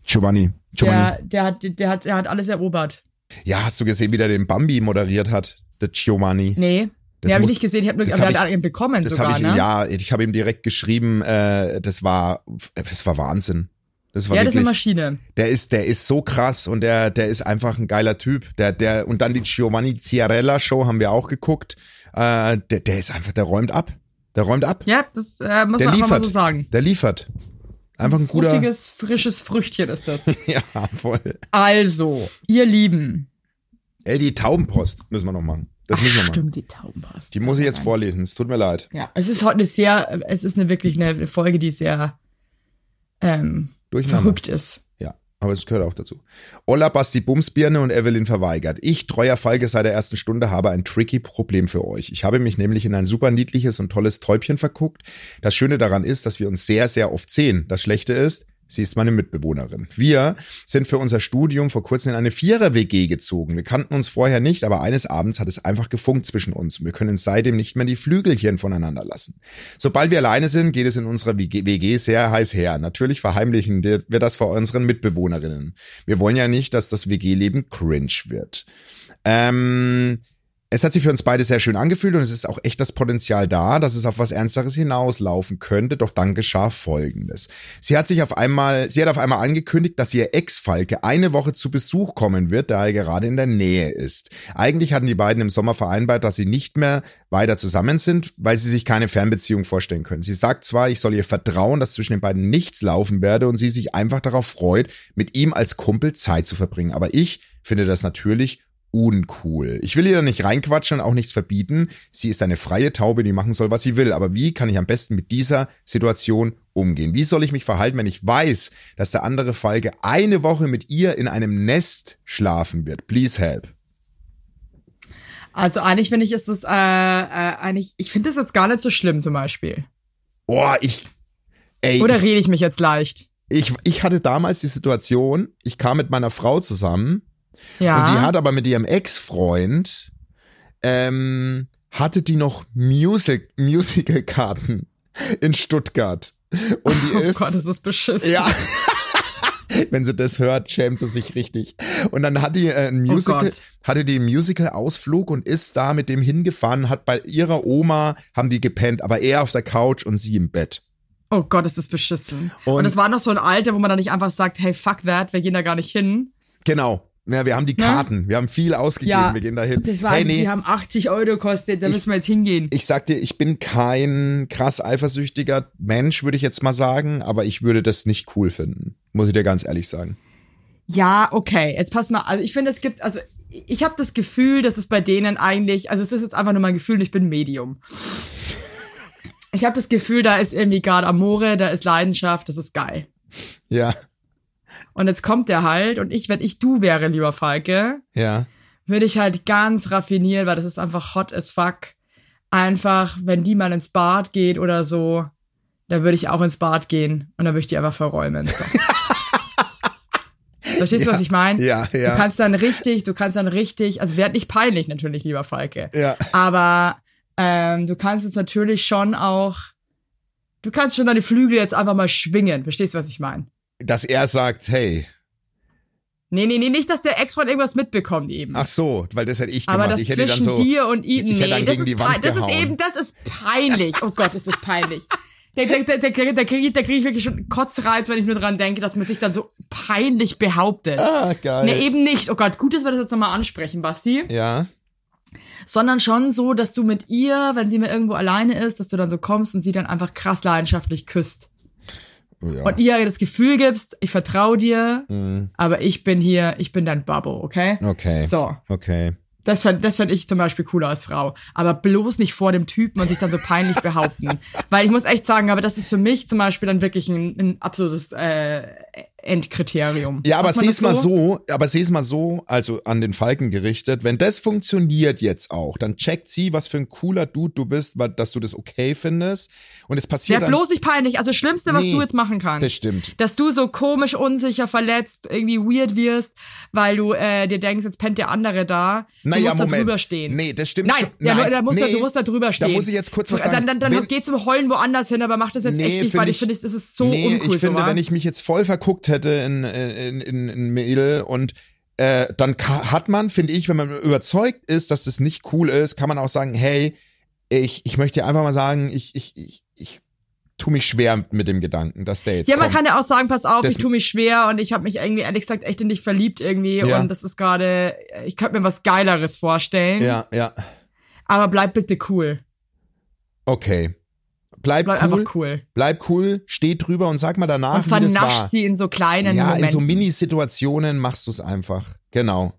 [SPEAKER 2] Giovanni. Giovanni.
[SPEAKER 5] Der, der, hat, der, hat, der hat alles erobert.
[SPEAKER 2] Ja, hast du gesehen, wie der den Bambi moderiert hat? Der Giovanni.
[SPEAKER 5] Nee.
[SPEAKER 2] Das
[SPEAKER 5] Den habe ich
[SPEAKER 2] muss-
[SPEAKER 5] nicht gesehen. Ich habe nur
[SPEAKER 2] das
[SPEAKER 5] aber
[SPEAKER 2] hab
[SPEAKER 5] der hat
[SPEAKER 2] ich-
[SPEAKER 5] einen bekommen
[SPEAKER 2] Das
[SPEAKER 5] sogar,
[SPEAKER 2] habe ich,
[SPEAKER 5] ne?
[SPEAKER 2] ja, ich habe ihm direkt geschrieben, äh, das war, das war Wahnsinn. Das war
[SPEAKER 5] ja, das ist eine
[SPEAKER 2] wirklich,
[SPEAKER 5] Maschine.
[SPEAKER 2] der ist, der ist so krass und der, der ist einfach ein geiler Typ. Der, der, und dann die Giovanni Ciarella Show haben wir auch geguckt. Äh, der, der ist einfach, der räumt ab. Der räumt ab.
[SPEAKER 5] Ja, das äh, muss
[SPEAKER 2] Der
[SPEAKER 5] man einfach mal
[SPEAKER 2] liefert.
[SPEAKER 5] so sagen.
[SPEAKER 2] Der liefert. Einfach ein guter.
[SPEAKER 5] Fruchtiges, frisches Früchtchen ist das.
[SPEAKER 2] Ja, voll.
[SPEAKER 5] Also, ihr Lieben.
[SPEAKER 2] Ey, die Taubenpost müssen wir noch machen. Das
[SPEAKER 5] Ach,
[SPEAKER 2] müssen wir machen.
[SPEAKER 5] stimmt, die Taubenpost.
[SPEAKER 2] Die muss ich jetzt vorlesen. Es tut mir leid.
[SPEAKER 5] Ja, es ist heute eine sehr, es ist eine wirklich eine Folge, die sehr ähm,
[SPEAKER 2] Durcheinander.
[SPEAKER 5] verrückt ist.
[SPEAKER 2] Ja, aber es gehört auch dazu. Olla Basti Bumsbirne und Evelyn verweigert. Ich, treuer Falke seit der ersten Stunde, habe ein tricky Problem für euch. Ich habe mich nämlich in ein super niedliches und tolles Täubchen verguckt. Das Schöne daran ist, dass wir uns sehr, sehr oft sehen. Das Schlechte ist, sie ist meine Mitbewohnerin. Wir sind für unser Studium vor kurzem in eine Vierer-WG gezogen. Wir kannten uns vorher nicht, aber eines Abends hat es einfach gefunkt zwischen uns. Wir können seitdem nicht mehr die Flügelchen voneinander lassen. Sobald wir alleine sind, geht es in unserer WG WG sehr heiß her. Natürlich verheimlichen wir das vor unseren Mitbewohnerinnen. Wir wollen ja nicht, dass das WG-Leben cringe wird. Ähm, es hat sich für uns beide sehr schön angefühlt und es ist auch echt das Potenzial da, dass es auf was Ernsteres hinauslaufen könnte, doch dann geschah Folgendes. Sie hat sich auf einmal, sie hat auf einmal angekündigt, dass ihr Ex-Falke eine Woche zu Besuch kommen wird, da er gerade in der Nähe ist. Eigentlich hatten die beiden im Sommer vereinbart, dass sie nicht mehr weiter zusammen sind, weil sie sich keine Fernbeziehung vorstellen können. Sie sagt zwar, ich soll ihr vertrauen, dass zwischen den beiden nichts laufen werde und sie sich einfach darauf freut, mit ihm als Kumpel Zeit zu verbringen, aber ich finde das natürlich uncool. Ich will ihr da nicht reinquatschen und auch nichts verbieten. Sie ist eine freie Taube, die machen soll, was sie will. Aber wie kann ich am besten mit dieser Situation umgehen? Wie soll ich mich verhalten, wenn ich weiß, dass der andere Falke eine Woche mit ihr in einem Nest schlafen wird? Please help.
[SPEAKER 5] Also eigentlich finde ich, ist das äh, äh, eigentlich, ich finde das jetzt gar nicht so schlimm zum Beispiel.
[SPEAKER 2] Boah, ich, ey,
[SPEAKER 5] Oder
[SPEAKER 2] ich-
[SPEAKER 5] rede ich mich jetzt leicht?
[SPEAKER 2] ich, ich hatte damals die Situation, ich kam mit meiner Frau zusammen
[SPEAKER 5] Ja.
[SPEAKER 2] Und die hat aber mit ihrem Ex-Freund, ähm, hatte die noch Music, Musical-Karten in Stuttgart. Und die
[SPEAKER 5] oh
[SPEAKER 2] ist,
[SPEAKER 5] Gott, das ist beschissen.
[SPEAKER 2] ja. Wenn sie das hört, schämt sie sich richtig. Und dann hat die äh, ein
[SPEAKER 5] Oh
[SPEAKER 2] Musical,
[SPEAKER 5] Gott.
[SPEAKER 2] hatte die einen Musical-Ausflug und ist da mit dem hingefahren, hat bei ihrer Oma, haben die gepennt, aber er auf der Couch und sie im Bett.
[SPEAKER 5] Oh Gott, das ist beschissen.
[SPEAKER 2] Und-
[SPEAKER 5] Und es war noch so ein Alter, wo man dann nicht einfach sagt, hey, fuck that, wir gehen da gar nicht hin.
[SPEAKER 2] Genau. Ja, wir haben die Karten, wir haben viel ausgegeben,
[SPEAKER 5] Ne? Ja,
[SPEAKER 2] wir gehen dahin.
[SPEAKER 5] Das war,
[SPEAKER 2] hey,
[SPEAKER 5] also, die haben 80 Euro gekostet, da
[SPEAKER 2] Ich-
[SPEAKER 5] müssen wir jetzt hingehen.
[SPEAKER 2] ich sag dir, ich bin kein krass eifersüchtiger Mensch, würde ich jetzt mal sagen, aber ich würde das nicht cool finden. Muss ich dir ganz ehrlich sagen.
[SPEAKER 5] Ja, okay. Jetzt pass mal. Also ich finde, es gibt, also ich habe das Gefühl, dass es bei denen eigentlich, also es ist jetzt einfach nur mein Gefühl, ich bin Medium. Ich habe das Gefühl, da ist irgendwie gerade Amore, da ist Leidenschaft, das ist geil.
[SPEAKER 2] Ja,
[SPEAKER 5] Und jetzt kommt der halt und ich, wenn ich du wäre, lieber Falke,
[SPEAKER 2] ja.
[SPEAKER 5] würde ich halt ganz raffinieren, weil das ist einfach hot as fuck. Einfach, wenn die mal ins Bad geht oder so, dann würde ich auch ins Bad gehen und dann würde ich die einfach verräumen. So. Verstehst du, was ich meine?
[SPEAKER 2] Ja, ja.
[SPEAKER 5] Du kannst dann richtig, du kannst dann richtig, also wäre nicht peinlich natürlich, lieber Falke.
[SPEAKER 2] Ja.
[SPEAKER 5] Aber ähm, du kannst jetzt natürlich schon auch, du kannst schon deine Flügel jetzt einfach mal schwingen. Verstehst du, was ich meine?
[SPEAKER 2] Dass er sagt, hey,
[SPEAKER 5] Nee, nee, nee, nicht, dass der Ex-Freund irgendwas mitbekommt eben.
[SPEAKER 2] ach so, weil das hätte ich
[SPEAKER 5] Aber
[SPEAKER 2] gemacht.
[SPEAKER 5] das
[SPEAKER 2] ich hätte
[SPEAKER 5] zwischen
[SPEAKER 2] dann so,
[SPEAKER 5] dir und ihm,
[SPEAKER 2] ich hätte
[SPEAKER 5] nee,
[SPEAKER 2] dann
[SPEAKER 5] das
[SPEAKER 2] gegen
[SPEAKER 5] ist,
[SPEAKER 2] die Wand
[SPEAKER 5] pei- das ist
[SPEAKER 2] gehauen.
[SPEAKER 5] eben, das ist peinlich. Oh Gott, ist das peinlich. Da, da, da, da, da kriege ich, da krieg ich wirklich schon einen Kotzreiz, wenn ich nur dran denke, dass man sich dann so peinlich behauptet.
[SPEAKER 2] ah, geil.
[SPEAKER 5] Nee, eben nicht. Oh Gott, gut, dass wir das jetzt nochmal ansprechen, Basti.
[SPEAKER 2] ja,
[SPEAKER 5] sondern schon so, dass du mit ihr, wenn sie mal irgendwo alleine ist, dass du dann so kommst und sie dann einfach krass leidenschaftlich küsst.
[SPEAKER 2] Ja.
[SPEAKER 5] Und ihr das Gefühl gibst, ich vertraue dir, aber ich bin hier, ich bin dein Babbo, okay?
[SPEAKER 2] Mhm. Okay.
[SPEAKER 5] So.
[SPEAKER 2] Okay.
[SPEAKER 5] Das fänd, das fänd ich zum Beispiel cooler als Frau. Aber bloß nicht vor dem Typen und sich dann so peinlich behaupten. Weil ich muss echt sagen, aber das ist für mich zum Beispiel dann wirklich ein, ein absolutes äh, Endkriterium.
[SPEAKER 2] Ja, aber
[SPEAKER 5] Sagt man
[SPEAKER 2] sieh's mal
[SPEAKER 5] das
[SPEAKER 2] so, aber sieh's mal so, also an den Falken gerichtet, wenn das funktioniert jetzt auch, dann checkt sie, was für ein cooler Dude du bist, weil, dass du das okay findest und es passiert
[SPEAKER 5] Ja,
[SPEAKER 2] dann,
[SPEAKER 5] bloß nicht peinlich. Also das Schlimmste, was
[SPEAKER 2] Nee,
[SPEAKER 5] du jetzt machen kannst.
[SPEAKER 2] das stimmt.
[SPEAKER 5] Dass du so komisch, unsicher, verletzt, irgendwie weird wirst, weil du äh, dir denkst, jetzt pennt der andere da. Du
[SPEAKER 2] Naja,
[SPEAKER 5] musst da
[SPEAKER 2] Moment.
[SPEAKER 5] drüber stehen.
[SPEAKER 2] Nee, das stimmt
[SPEAKER 5] Nein,
[SPEAKER 2] schon.
[SPEAKER 5] Ja,
[SPEAKER 2] Nein,
[SPEAKER 5] du- da musst du-
[SPEAKER 2] nee.
[SPEAKER 5] du musst da drüber
[SPEAKER 2] Da
[SPEAKER 5] stehen.
[SPEAKER 2] muss ich jetzt kurz was sagen.
[SPEAKER 5] Dann, dann, dann
[SPEAKER 2] Wenn-
[SPEAKER 5] geht's im Heulen woanders hin, aber mach das jetzt echt nicht,
[SPEAKER 2] find
[SPEAKER 5] weil ich finde, es ist so
[SPEAKER 2] nee,
[SPEAKER 5] uncool
[SPEAKER 2] Ich finde,
[SPEAKER 5] sowas.
[SPEAKER 2] wenn ich mich jetzt voll verguckt hätte in, in, in, in Mädel und äh, dann ka- hat man, finde ich, wenn man überzeugt ist, dass das nicht cool ist, kann man auch sagen, hey, ich, ich möchte dir einfach mal sagen, ich, ich, ich, ich tu mich schwer mit dem Gedanken, dass der jetzt
[SPEAKER 5] Ja, man
[SPEAKER 2] kommt.
[SPEAKER 5] kann ja auch sagen, pass auf,
[SPEAKER 2] Das-
[SPEAKER 5] ich tue mich schwer und ich habe mich irgendwie ehrlich gesagt echt in dich verliebt irgendwie
[SPEAKER 2] Ja.
[SPEAKER 5] und das ist gerade, ich könnte mir was Geileres vorstellen,
[SPEAKER 2] ja, ja,
[SPEAKER 5] aber bleib bitte cool.
[SPEAKER 2] okay. Bleib,
[SPEAKER 5] Bleib
[SPEAKER 2] cool,
[SPEAKER 5] einfach cool.
[SPEAKER 2] bleib cool, steh drüber und sag mal danach,
[SPEAKER 5] und
[SPEAKER 2] wie das war.
[SPEAKER 5] vernasch sie in so kleinen
[SPEAKER 2] ja,
[SPEAKER 5] Momenten.
[SPEAKER 2] in so Minisituationen machst du es einfach. Genau.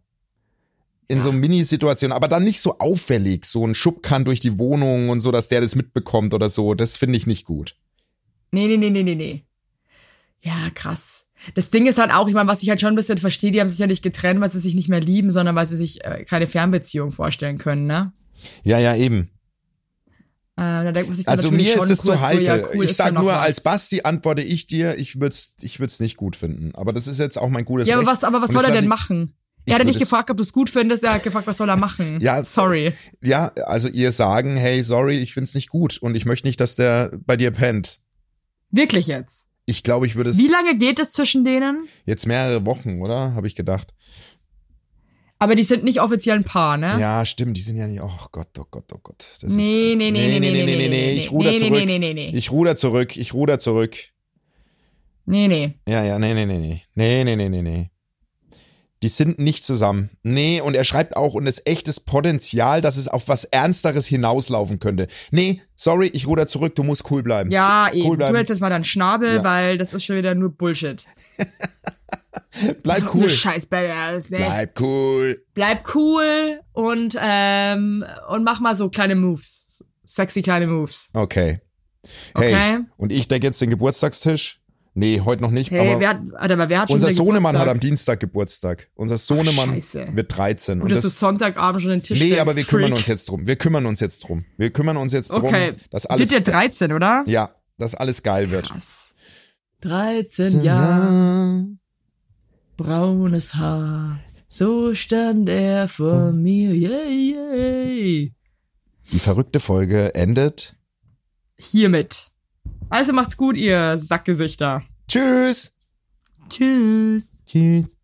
[SPEAKER 2] In so Minisituationen, aber dann nicht so auffällig, so ein Schubkern durch die Wohnung und so, dass der das mitbekommt oder so. Das finde ich nicht gut.
[SPEAKER 5] Nee, nee, nee, nee, nee, nee. Ja, krass. Das Ding ist halt auch, ich meine, was ich halt schon ein bisschen verstehe, die haben sich ja nicht getrennt, weil sie sich nicht mehr lieben, sondern weil sie sich äh, keine Fernbeziehung vorstellen können, ne?
[SPEAKER 2] Ja, ja, eben.
[SPEAKER 5] Äh, da denkt man sich dann
[SPEAKER 2] Also
[SPEAKER 5] natürlich
[SPEAKER 2] mir
[SPEAKER 5] schon
[SPEAKER 2] ist es
[SPEAKER 5] kurz
[SPEAKER 2] zu heikel.
[SPEAKER 5] So, ja, cool,
[SPEAKER 2] ich
[SPEAKER 5] ist
[SPEAKER 2] sag
[SPEAKER 5] da noch
[SPEAKER 2] nur,
[SPEAKER 5] was.
[SPEAKER 2] als Basti antworte ich dir, ich würde es ich würd's nicht gut finden. Aber das ist jetzt auch mein gutes
[SPEAKER 5] Ja, aber
[SPEAKER 2] Recht.
[SPEAKER 5] was, aber was
[SPEAKER 2] Und
[SPEAKER 5] soll
[SPEAKER 2] das
[SPEAKER 5] er
[SPEAKER 2] lass
[SPEAKER 5] denn
[SPEAKER 2] ich-
[SPEAKER 5] machen?
[SPEAKER 2] ich
[SPEAKER 5] Er hat ja nicht
[SPEAKER 2] würd es-
[SPEAKER 5] gefragt, ob du es gut findest, er hat gefragt, was soll er machen?
[SPEAKER 2] Ja,
[SPEAKER 5] Sorry.
[SPEAKER 2] Ja, also ihr sagen, hey, sorry, ich find's nicht gut und ich möchte nicht, dass der bei dir pennt.
[SPEAKER 5] Wirklich jetzt.
[SPEAKER 2] Ich glaube, ich würde es
[SPEAKER 5] Wie lange geht es zwischen denen?
[SPEAKER 2] jetzt mehrere Wochen, oder? Habe ich gedacht.
[SPEAKER 5] Aber die sind nicht offiziell ein Paar, ne?
[SPEAKER 2] Ja, stimmt, die sind ja nicht. Oh Gott, oh Gott, oh Gott. Das
[SPEAKER 5] Nee,
[SPEAKER 2] ist,
[SPEAKER 5] nee, nee, nee, nee, nee, nee, nee,
[SPEAKER 2] ich ruder
[SPEAKER 5] nee, nee,
[SPEAKER 2] zurück.
[SPEAKER 5] nee, nee, nee.
[SPEAKER 2] Ich ruder zurück, ich ruder zurück.
[SPEAKER 5] Nee, nee.
[SPEAKER 2] Ja, ja, nee, nee, nee, nee. Nee, nee, nee, nee, nee. Die sind nicht zusammen. Nee, und er schreibt auch, und es echtes Potenzial, dass es auf was Ernsteres hinauslaufen könnte. Nee, sorry, ich ruder zurück, du musst cool bleiben.
[SPEAKER 5] Ja, eben.
[SPEAKER 2] Cool
[SPEAKER 5] du
[SPEAKER 2] bleiben.
[SPEAKER 5] hältst jetzt mal deinen Schnabel,
[SPEAKER 2] Ja.
[SPEAKER 5] weil das ist schon wieder nur Bullshit.
[SPEAKER 2] Bleib
[SPEAKER 5] Eine
[SPEAKER 2] cool.
[SPEAKER 5] scheiß Balance, ne? Bleib.
[SPEAKER 2] Bleib cool.
[SPEAKER 5] cool und, ähm, und mach mal so kleine Moves. Sexy kleine Moves.
[SPEAKER 2] Okay. Hey,
[SPEAKER 5] Okay.
[SPEAKER 2] und ich denke jetzt den Geburtstagstisch? Nee, heute noch nicht,
[SPEAKER 5] Hey,
[SPEAKER 2] aber
[SPEAKER 5] wer hat, warte mal, wer hat schon
[SPEAKER 2] unser
[SPEAKER 5] wieder
[SPEAKER 2] Sohnemann hat am
[SPEAKER 5] Geburtstag?
[SPEAKER 2] Dienstag Geburtstag. Unser Sohnemann
[SPEAKER 5] Scheiße.
[SPEAKER 2] wird 13.
[SPEAKER 5] Gut,
[SPEAKER 2] und
[SPEAKER 5] dass
[SPEAKER 2] das
[SPEAKER 5] du Sonntagabend schon den Tisch
[SPEAKER 2] Nee,
[SPEAKER 5] deckst,
[SPEAKER 2] aber wir kümmern
[SPEAKER 5] Freak.
[SPEAKER 2] uns jetzt drum. Wir kümmern uns jetzt drum. Wir kümmern uns jetzt drum,
[SPEAKER 5] Okay.
[SPEAKER 2] dass alles
[SPEAKER 5] Wird dir 13, oder?
[SPEAKER 2] ja, dass alles geil wird.
[SPEAKER 5] Krass. 13 Jahre. braunes Haar. So stand er vor mir. Yay, yay.
[SPEAKER 2] Hm. Die verrückte Folge endet.
[SPEAKER 5] Hiermit. Also macht's gut, ihr Sackgesichter.
[SPEAKER 2] Tschüss.
[SPEAKER 5] Tschüss.
[SPEAKER 2] Tschüss.